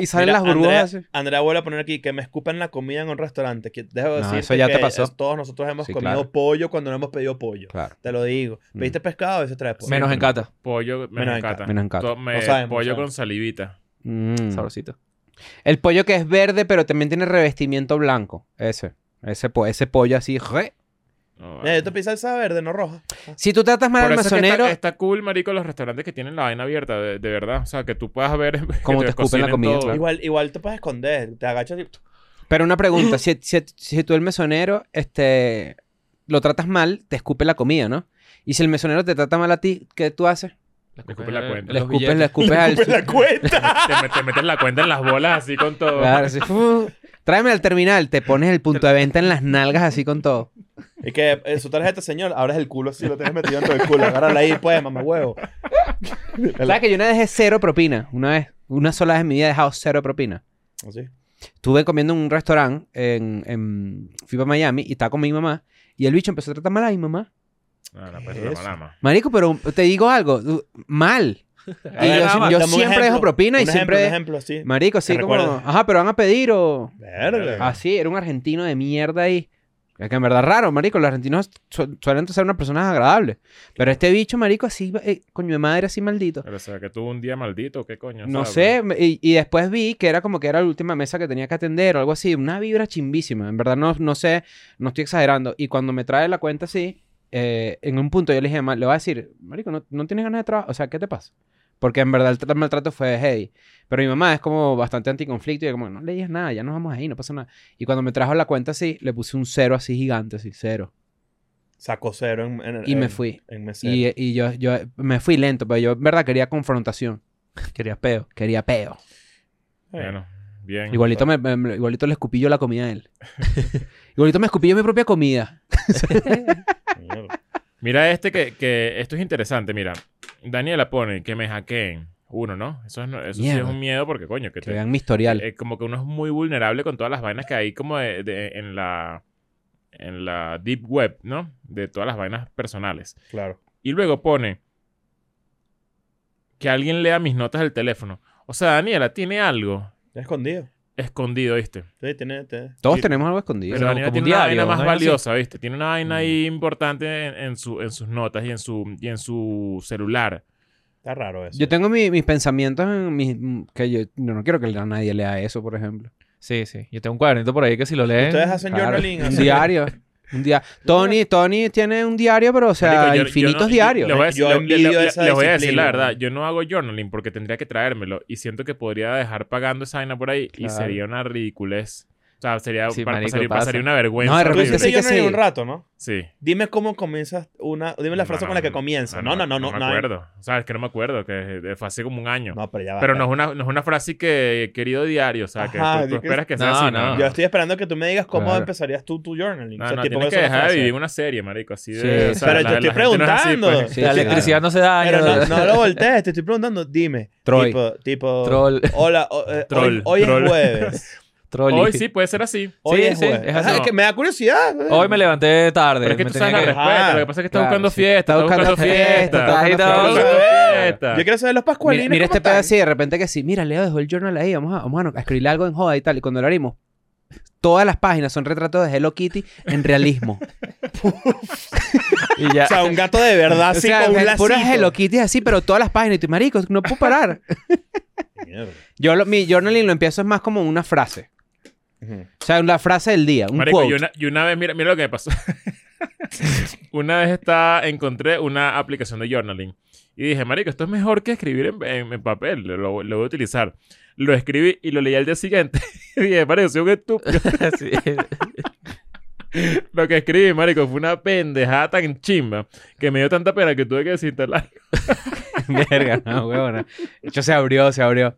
C: Y salen las
A: Andrea,
C: burbujas así.
A: Andrea vuelve a poner aquí que me escupen la comida en un restaurante. Que dejo de
C: No,
A: decirte
C: eso ya
A: que
C: te pasó.
A: es- todos nosotros hemos
C: Sí,
A: comido
C: claro.
A: pollo cuando no hemos pedido pollo.
C: Claro.
A: Te lo digo.
C: Mm.
A: Pediste pescado, a veces traes pollo.
D: Menos en Cata.
B: Pollo, me
A: Menos en
B: encanta.
A: cata.
C: Menos en cata.
B: To- me-
A: Lo sabemos,
B: pollo
A: lo
B: con salivita.
C: Mm.
D: Sabrosito.
C: El pollo que es verde, pero también tiene revestimiento blanco. Ese. Ese, po- ese pollo así. re.
B: No,
A: Mira,
B: vale.
A: yo te pedí salsa verde, no roja.
C: Si tú tratas mal
B: Por
C: al
B: eso es que
C: mazonero,
B: está, está cool, marico, los restaurantes que tienen la vaina abierta, de, de verdad. O sea, que tú puedas ver... que
C: Cómo te escupen la
B: cocinen
C: comida,
B: todo.
C: claro.
A: Igual, igual te puedes esconder. Te agachas y...
C: pero una pregunta. Si, si, si tú el mesonero este, lo tratas mal, te escupe la comida, ¿no? Y si el mesonero te trata mal a ti, ¿qué tú haces?
B: escupes la cuenta.
C: Le
D: los
C: escupes, le
D: billetes.
C: escupes al...
A: Escupe la cuenta!
B: Te, met- te meten la cuenta en las bolas así con todo.
C: Claro, así, fu. Tráeme al terminal, te pones el punto de venta en las nalgas así con todo.
A: y que eh, su tarjeta, señor, ahora es el culo así, lo tienes metido dentro del culo. Agárrala ahí, pues, mamá huevo.
C: ¿Sabes que yo una vez dejé cero propina? Una vez, una sola vez en mi vida he dejado cero propina.
A: Así.
C: Estuve comiendo en un restaurante, en, en- fui para Miami y estaba con mi mamá. Y el bicho empezó a tratar mal a mi mamá.
B: No, no, pues,
A: ¿Qué es
B: la malama.
C: Marico, pero te digo algo, tú- mal.
A: A
C: Y
A: ver,
C: yo-
A: dame un
C: yo
A: ejemplo,
C: siempre dejo propina y
A: un
C: siempre-
A: Ejemplo, un ejemplo, sí.
C: Marico, sí,
A: ¿Te
C: como,
A: recuerdas?
C: ajá, pero van a pedir o...
A: Verga.
C: Ah, sí, era un argentino de mierda ahí. Que que en verdad raro, marico. Los argentinos su- suelen ser unas personas agradables. Pero este bicho, marico, así, eh, coño de madre, así maldito.
B: Pero, o sea, que tuvo un día maldito, ¿qué coño?
C: No
B: ¿sabes?
C: sé, me- y, y después vi que era como que era la última mesa que tenía que atender o algo así. Una vibra chimbísima. En verdad, no, no sé, no estoy exagerando. Y cuando me trae la cuenta así, eh, en un punto yo le dije, "Ma- le voy a decir, marico, no, no tienes ganas de trabajo. O sea, ¿qué te pasa? Porque en verdad el tra- maltrato fue heavy. Pero mi mamá es como bastante anticonflicto y yo como, no le digas nada, ya nos vamos ahí, no pasa nada. Y cuando me trajo la cuenta así, le puse un cero así gigante, así, cero.
A: Sacó cero en, en-
C: Y me
A: en-
C: fui.
A: En mesero.
C: Y, y yo, yo me fui lento, pero yo en verdad quería confrontación,
D: Querías peo.
C: quería peo.
A: Eh,
B: Bueno, bien.
C: Igualito, me, me- me- igualito le escupí yo la comida a él. igualito me escupí yo mi propia comida.
A: Mierda.
B: Mira este que, que esto es interesante, mira. Daniela pone que me hackeen. Uno, ¿no? Eso, es, eso sí es
C: Mierda.
B: un miedo porque, coño, que
C: Que
B: te...
C: vean mi historial.
B: eh, como que uno es muy vulnerable con todas las vainas que hay como de- de- en la... En la deep web, ¿no? De todas las vainas personales.
A: Claro.
B: Y luego pone que alguien lea mis notas del teléfono. O sea, Daniela tiene algo
A: Está escondido.
B: escondido, ¿viste?
A: Sí, tiene, tiene-
C: Todos
B: sí.
C: tenemos algo escondido.
B: Pero
D: como-
B: Daniela
D: como un
B: tiene una
D: diario,
B: vaina más
D: una vaina así. Mm.
B: valiosa, ¿viste? Tiene una vaina ahí importante en, en su, en sus notas y en su, y en su celular.
A: Está raro eso.
C: Yo tengo mi- mis pensamientos en mis- mm, que yo no, no quiero que a nadie lea eso, por ejemplo.
D: Sí, sí. Yo tengo un cuadernito por ahí que si lo leen...
A: Ustedes hacen
C: Claro.
A: journaling.
C: un
A: así.
C: diario. Un dia- Tony, Tony tiene un diario, pero o sea,
B: Marico, yo- yo
C: infinitos
B: no- yo-
C: diarios. ¿eh?
B: Les voy a decir,
A: Yo
B: le-
A: envidio
B: le- le-
A: esa
B: les voy a decir la
A: disciplina.
B: verdad. Yo no hago journaling porque tendría que traérmelo y siento que podría dejar pagando esa vaina por ahí y
C: Claro.
B: sería una ridiculez. O sea, sería,
D: Sí,
B: pa-
D: marico,
B: pasaría,
D: pasa.
B: pasaría una vergüenza.
C: No, de
A: Tú
C: repente
B: horrible.
A: hiciste
C: sí que
A: journaling un
C: sí.
A: rato, ¿no?
B: Sí.
A: Dime cómo comienzas una... Dime la
B: No,
A: frase
B: no,
A: con la que
B: no,
A: comienza. No, no, no, no.
B: No me
A: no,
B: acuerdo. O sea, es que no me acuerdo. Que eh, fue hace como un año.
A: No, pero ya va.
B: Pero no es, una, no es una frase que querido diario, o sea, que
A: Ajá,
B: tú, tú
A: que-
B: esperas que sea
D: No,
B: así.
D: no.
B: No,
A: Yo estoy esperando que tú me digas cómo
C: Claro.
A: empezarías tú tu journaling.
B: No,
A: O sea,
B: no,
A: tipo,
B: tienes que
A: eso no se
B: dejar de
A: hace.
B: vivir una serie, marico, así de...
C: Sí.
A: Pero yo estoy
B: la- la gente no es así,
A: preguntando.
B: pues.
C: Sí,
D: la
C: sí,
D: electricidad no se
A: Pero no,
D: da.
A: no lo voltees, te estoy preguntando. Dime.
C: Troy.
A: Tipo, tipo
D: Troll.
A: Hola, o- eh,
B: Troll,
A: hoy, hoy
B: troll.
A: es jueves.
D: Troll.
B: Hoy sí puede ser así.
A: Hoy es
D: sí,
A: jueves.
D: es
A: Ajá,
D: así.
A: que me da curiosidad. eh.
D: Hoy me levanté tarde.
B: Pero es que
D: me
B: tú
D: tenía
B: sabes la
D: que-
B: respuesta,
A: Ajá.
B: lo que pasa es que está
C: Claro,
B: buscando
C: sí.
B: fiesta, está buscando
D: está
B: fiesta.
D: buscando
B: Está buscando fiesta.
A: Yo quiero saber los
C: Mira,
A: pascualinos.
C: mira
A: ¿cómo
C: este pedo
A: están?
C: así, de repente que sí, mira, Leo dejó el journal ahí, vamos a, vamos a no- a escribirle algo en joda y tal. Y cuando lo abrimos, todas las páginas son retratos de Hello Kitty en realismo.
D: Y ya.
A: O sea, un gato de verdad,
C: o
A: así
C: sea,
A: con un lacito.
C: puras Hello Kitty así, pero todas las páginas. Y tú, marico, no puedo parar.
A: Mierda.
C: Yo lo- mi journaling lo empiezo es más como una frase.
A: Ujú.
C: O sea, una frase del día, un
B: Marico,
C: quote.
B: y una, y una vez, mira, mira lo que me pasó. una vez estaba, encontré una aplicación de journaling. Y dije, marico, esto es mejor que escribir en, en- en papel. Lo, lo voy a utilizar. Lo escribí y lo leí al día siguiente. y dije, marico, soy un estúpido.
D: Sí.
B: Lo que escribí, marico, fue una pendejada tan chimba que me dio tanta pena que tuve que desinstalar.
C: Verga, no, huevona. Yo se abrió, se abrió.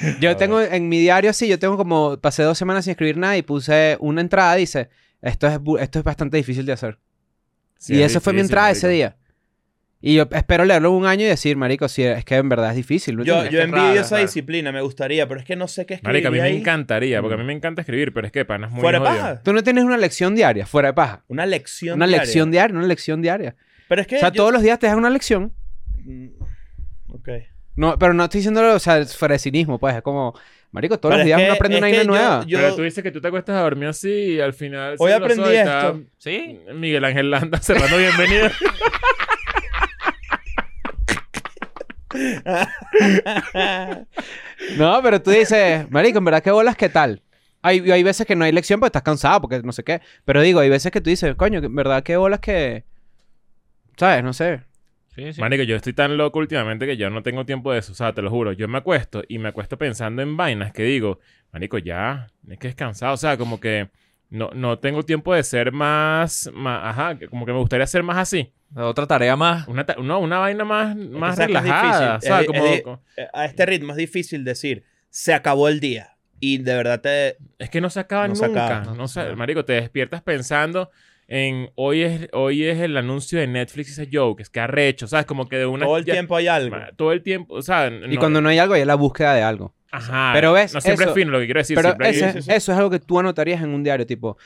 A: Ah,
C: Yo tengo en mi diario, sí, yo tengo como, pasé dos semanas sin escribir nada y puse una entrada, dice, esto es, bu- esto es bastante difícil de hacer.
B: Sí,
C: y
B: es
C: esa fue mi
B: difícil,
C: entrada ese
B: marico.
C: día. Y yo espero leerlo en un año y decir, marico, sí, es que en verdad es difícil. ¿me
A: Yo,
C: entiendes?
A: yo
D: Es
A: envidio
D: raro,
A: esa
D: raro.
A: disciplina, me gustaría, pero es que no sé qué escribir.
B: Marica, a mí me
A: ahí.
B: encantaría, porque a mí me encanta escribir, pero es que pana es muy
A: Fuera de
B: jodido.
A: paja.
C: Tú no tienes una lección diaria, fuera de paja.
A: Una lección.
C: Una
A: diaria.
C: lección diaria, una lección diaria.
A: Pero es que.
C: O sea,
A: yo-
C: todos los días te dan una lección.
A: Mm, Ok.
C: No, pero no estoy diciéndolo, o sea, fuera de cinismo, pues. Es como, marico, todos
A: Pero
C: los
A: es
C: días
A: que-
C: uno aprende
A: es
C: una
A: que
C: vaina
A: yo-
C: nueva.
A: yo-
B: Pero tú dices que tú te acuestas a dormir así y al final...
A: Hoy
B: cierras los
A: aprendí
B: ojos y está
A: esto.
D: Sí.
B: Miguel Ángel Landa cerrando bienvenido.
C: No, pero tú dices, marico, en verdad, ¿qué bolas? ¿Qué tal? Hay, hay veces que no hay lección porque estás cansado, porque no sé qué. Pero digo, hay veces que tú dices, coño, en verdad, ¿qué bolas que...? ¿Sabes? No sé.
D: Sí, sí.
B: Marico, yo estoy tan loco últimamente que yo no tengo tiempo de eso. O sea, te lo juro. Yo me acuesto y me acuesto pensando en vainas que digo, Marico, ya, es que es cansado. O sea, como que No, no tengo tiempo de ser más, más- Ajá, que como que me gustaría ser más así.
D: Otra tarea más.
B: Una, ta- no, una vaina más, más
A: sabes que es
B: relajada.
A: difícil.
B: ¿sabes?
A: Es-
B: Como- como-
A: es-
B: Es,
A: Eh, A este ritmo es difícil decir, se acabó el día. Y de verdad te...
B: que no se acaba
A: No se
B: nunca.
A: acaba,
B: no
D: no se
B: se-
D: acaba.
B: Marico, te despiertas pensando en hoy es, hoy es el anuncio de Netflix y ese joke, es que arrecho, ¿sabes? Como que de una.
A: todo el
B: ya-
A: tiempo hay algo.
B: ma- Todo el tiempo, o sea.
C: Y cuando no hay algo, ahí es la búsqueda de algo.
B: Ajá.
C: Pero ves,
B: No siempre
C: eso-
B: es fino lo que quiero decir.
C: Pero
B: siempre hay-
C: ese-
A: sí, sí.
C: eso es algo que tú anotarías en un diario, tipo,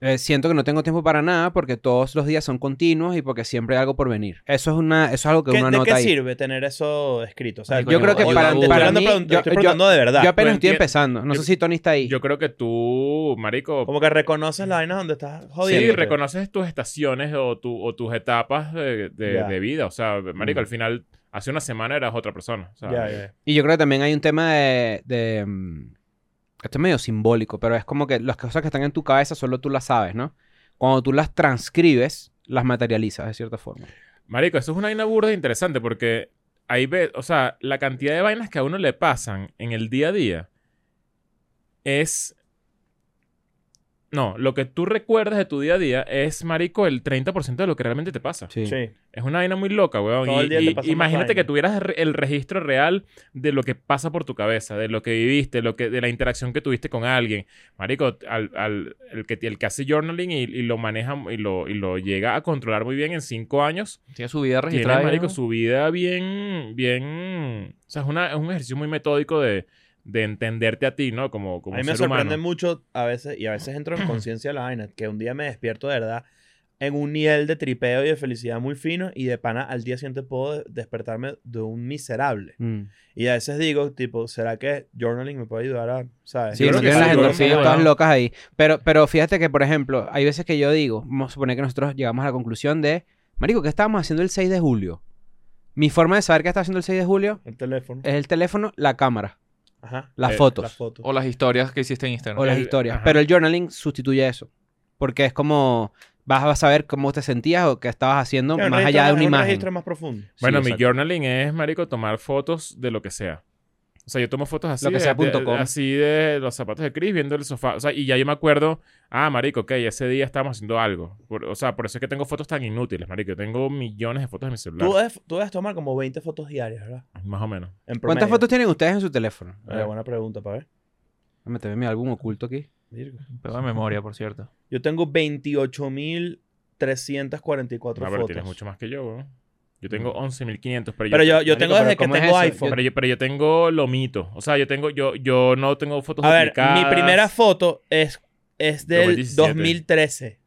C: eh, siento que no tengo tiempo para nada porque todos los días son continuos y porque siempre hay algo por venir. Eso es una eso es algo que
A: ¿Qué-
C: uno
A: ¿De qué
C: anota ahí.
A: sirve tener eso escrito? O sea,
D: Marico,
C: Yo creo que
A: hoy-
C: para-
A: te estoy
C: para
A: hablando
C: mí-
A: pregun- te estoy
C: yo- yo-
A: preguntando de verdad.
C: Yo apenas
B: Tú
C: estoy
B: enti-
C: empezando, no
B: pues, yo-
C: sé si Tony está ahí.
B: Yo creo que tú, Marico,
A: Como que reconoces las vainas donde estás jodiendo.
B: Sí, reconoces tus estaciones o, tu, o tus etapas de, de-
A: Ya.
B: de vida. O sea, marico,
C: Mm.
B: al final, hace una semana eras otra persona. o sea,
A: Ya, ya.
C: Y yo creo que también hay un tema de, de, mm, Esto es medio simbólico, pero es como que las cosas que están en tu cabeza solo tú las sabes, ¿no? Cuando tú las transcribes, las materializas de cierta forma.
B: Marico, eso es una vaina burda e interesante porque ahí ve, o sea, la cantidad de vainas que a uno le pasan en el día a día es... No, lo que tú recuerdas de tu día a día es, marico, el 30% de lo que realmente te pasa.
A: Sí.
B: Es una vaina muy loca, weón.
A: Todo
B: Y-
A: el día
B: y-
A: te pasan más
B: imagínate que
A: vainas.
B: tuvieras re- el registro real de lo que pasa por tu cabeza, de lo que viviste, lo que, de la interacción que tuviste con alguien. Marico, al, al- el, que, el que hace journaling y, y lo maneja y lo, y lo llega a controlar muy bien en cinco años,
D: Tiene su vida
B: tiene,
D: registrada.
B: marico,
D: ¿no?
B: su vida bien, bien... O sea, es, una- es un ejercicio muy metódico de, de entenderte a ti, ¿no? Como, como
A: a mí me
B: ser
A: sorprende
B: humano.
A: mucho a veces, y a veces entro en conciencia de la vaina, que un día me despierto de verdad en un nivel de tripeo y de felicidad muy fino y de pana al día siguiente puedo de- despertarme de un miserable.
C: Mm.
A: Y a veces digo, tipo, ¿será que journaling me puede ayudar a, sabes?
C: Sí,
B: Yo creo
C: no
B: que
C: tienen
B: sí, yo
C: las
B: creo que
C: endorfinas
B: sí,
C: todas
B: ¿no?
C: locas ahí. Pero, pero fíjate que, por ejemplo, hay veces que yo digo, vamos a suponer que nosotros llegamos a la conclusión de, Marico, ¿qué estábamos haciendo el 6 de julio? Mi forma de saber qué estaba haciendo el 6 de julio
A: El teléfono.
C: es el teléfono, la cámara,
A: Ajá.
C: Eh, las
B: Eh,
C: fotos
A: Las fotos.
D: O las historias que hiciste en Instagram.
C: o las
B: el-
C: historias.
B: ajá.
C: Pero el journaling sustituye eso. Porque es como, vas a saber cómo te sentías o qué estabas haciendo
A: Claro, un
C: más
A: registro
C: allá de
A: más-
C: una
A: un
C: imagen.
A: registro más profundo.
C: Sí,
B: Bueno, mi
C: exacto.
B: journaling es, marico, tomar fotos de lo que sea. O sea, yo tomo fotos así,
C: Lo que
B: de-
C: sea
B: de,
C: punto com.
B: así de los zapatos de Chris viendo el sofá. O sea, y ya yo me acuerdo, ah, marico, ok, ese día estábamos haciendo algo. Por- o sea, por eso es que tengo fotos tan inútiles, marico. Yo tengo millones de fotos en mi celular.
A: Tú, debes, tú debes tomar como 20 fotos diarias, ¿verdad?
B: Más o menos.
A: En
C: ¿Cuántas
A: promedio.
C: fotos tienen ustedes en su teléfono?
A: Eh, buena pregunta, para ver.
C: Me te ve mi álbum oculto aquí.
A: Virgo.
D: Pego de memoria, por cierto.
A: Yo tengo 28.344
B: No, Ah, pero
A: fotos. Mm.
B: tienes mucho más que yo, weón. Yo tengo 11.500, pero,
A: Pero
B: yo...
A: yo, yo
C: Marico,
A: tengo
C: pero
A: desde que
C: ¿cómo es
A: tengo
C: eso?
A: iPhone.
B: Pero yo, pero yo tengo lo mito. O sea, yo tengo, yo, yo no tengo fotos
A: A ver, mi
B: duplicadas.
A: primera foto es, es del
B: 2017.
A: 2013.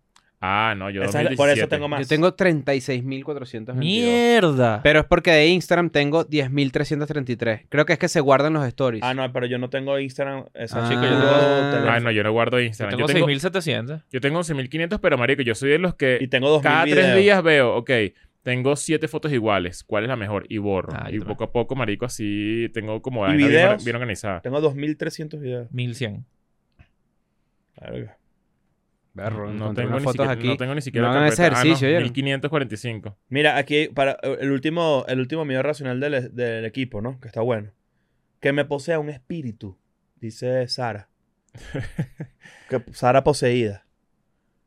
B: Ah, no, yo
A: Esa es- por eso
B: 2017.
A: tengo más.
C: Yo tengo 36.422.
D: ¡Mierda!
C: Pero es porque de Instagram tengo 10.333. Creo que es que se guardan los stories.
A: Ah, no, pero yo no tengo Instagram. Esa
C: Ah.
A: chica, yo
C: Ah,
A: tengo
B: Ah,
A: teléfono.
B: no, yo no guardo
D: Yo
B: Instagram.
D: tengo
B: yo tengo
D: 6.700.
B: Yo tengo 11.500, pero marico, yo soy de los
A: Y
B: que
A: tengo 2000
B: cada tres
A: videos.
B: días veo, ok, tengo siete fotos iguales, ¿cuál es la mejor? Y borro.
D: Ah, yo
B: y
D: también.
B: poco a poco, marico, así tengo como
A: ¿Y
B: vaina bien-
A: videos?
B: bien organizada.
A: Tengo 2300 videos.
D: 1.100.
A: Verga.
C: Berro,
B: no,
C: encontré
B: tengo
C: unas
B: ni
C: fotos
B: siquiera,
C: aquí.
B: no tengo ni siquiera
C: No
B: la
C: hagan ese
B: carpeta. Ah, no,
C: ejercicio, ¿vieron?
B: 1545.
A: Mira, aquí hay para eh, el último, el último miedo racional del, del equipo, ¿no? Que está bueno. Que me posea un espíritu, dice Sara. que Sara poseída.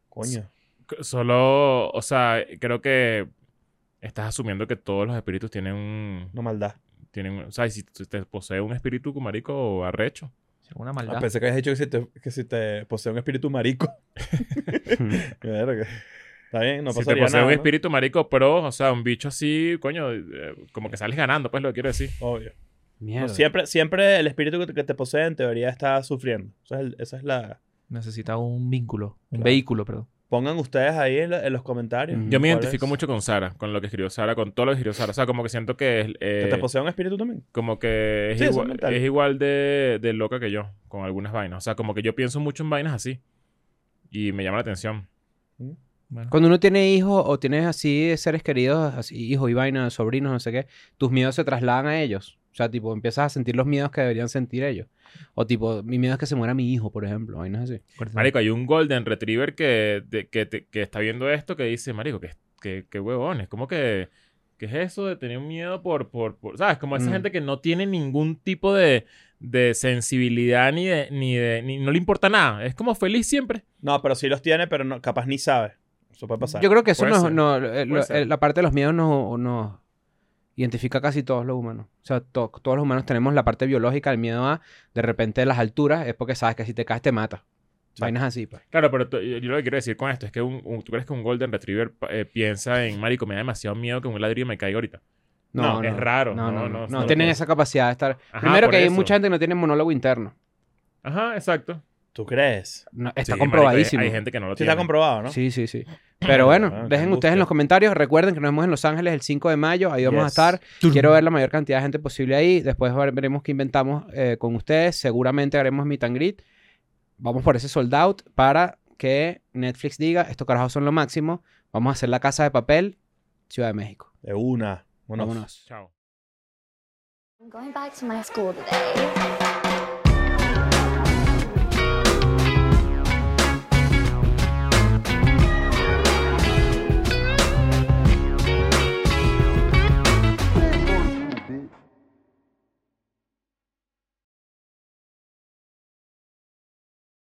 A: Coño.
B: C- Solo, o sea, creo que estás asumiendo que todos los espíritus tienen un...
A: No maldad.
B: Tienen, un- o sea, y si si te posee un espíritu, marico, arrecho.
D: Una
A: Ah,
D: maldad.
A: pensé que habías dicho que si te, que si te posee un espíritu marico. Verga. Está bien, no
B: si
A: pasaría
B: te posee
A: nada.
B: un
A: ¿no?
B: espíritu, marico, pro, o sea, un bicho así, coño, eh, como que sales ganando, pues lo que quiero decir.
A: Obvio.
C: Mierda.
A: Siempre, siempre el espíritu que te, que te posee en teoría está sufriendo. Esa es, el- esa es la...
D: Necesita un vínculo. Un
A: Claro.
D: vehículo, perdón.
A: Pongan ustedes ahí en, la- en los comentarios.
C: Mm.
B: Yo me
A: ¿Cuál
B: identifico
A: es?
B: mucho con Sara, con lo que escribió Sara, con todo lo que escribió Sara. O sea, como que siento que
A: ¿Que
B: eh,
A: te posee un espíritu también?
B: como que es
A: Sí, eso es
B: igual,
A: mental.
B: es igual de, de loca que yo, con algunas vainas. O sea, como que yo pienso mucho en vainas así. Y me llama la atención.
D: Bueno.
C: Cuando uno tiene hijos o tienes así seres queridos, así hijos y vainas, sobrinos, no sé qué, tus miedos se trasladan a ellos. O sea, tipo, empiezas a sentir los miedos que deberían sentir ellos. O tipo, mi miedo es que se muera mi hijo, por ejemplo, vainas así.
D: Corta.
B: Marico, hay un Golden Retriever que, de- que, te- que está viendo esto que dice, Marico, que, que, que huevones. Como que, ¿qué es eso de tener un miedo por, por, por- ¿sabes? Como esa
C: Mm.
B: gente que no tiene ningún tipo de, de sensibilidad ni de, ni de, ni- no le importa nada. Es como feliz siempre.
A: No, pero sí los tiene, pero no- capaz ni sabe. Eso puede pasar.
C: Yo creo que eso
B: Puede
C: nos,
B: ser.
C: no- eh, lo-
B: Puede ser.
C: eh, la parte de los miedos no- nos identifica casi todos los humanos. O sea, to- todos los humanos tenemos la parte biológica, el miedo a de repente las alturas, es porque sabes que si te caes te mata. Vainas así, pues.
B: Claro, pero tú- yo lo que quiero decir con esto es que un, un- tú crees que un Golden Retriever eh, piensa en, marico, me da demasiado miedo que un ladrillo me caiga ahorita. No, es raro.
C: No,
B: No,
C: no, no.
B: no,
C: no,
B: no lo
C: tienen
B: creo.
C: esa capacidad de estar.
B: Ajá,
C: Primero
B: por
C: que hay
B: eso.
C: mucha gente que no tiene monólogo interno.
B: Ajá, exacto.
A: ¿Tú crees?
C: No, está
B: Sí, marico, hay-
C: comprobadísimo.
B: hay, gente que no lo
A: Sí
B: tiene.
A: está comprobado, ¿no?
C: Sí, sí, sí. Pero bueno,
A: Ah, qué
C: dejen ustedes en
A: angustia.
C: los comentarios. Recuerden que nos vemos en Los Ángeles el 5 de mayo. Ahí vamos a
A: Yes.
C: estar. Quiero ver la mayor cantidad de gente posible ahí. Después ver- veremos qué inventamos eh, con ustedes. Seguramente haremos meet and greet. Vamos por ese sold out para que Netflix diga, estos carajos son lo máximo. Vamos a hacer la casa de papel Ciudad de México.
A: De una. Vámonos.
C: Vámonos.
B: Chao.
E: I'm going back to my school today.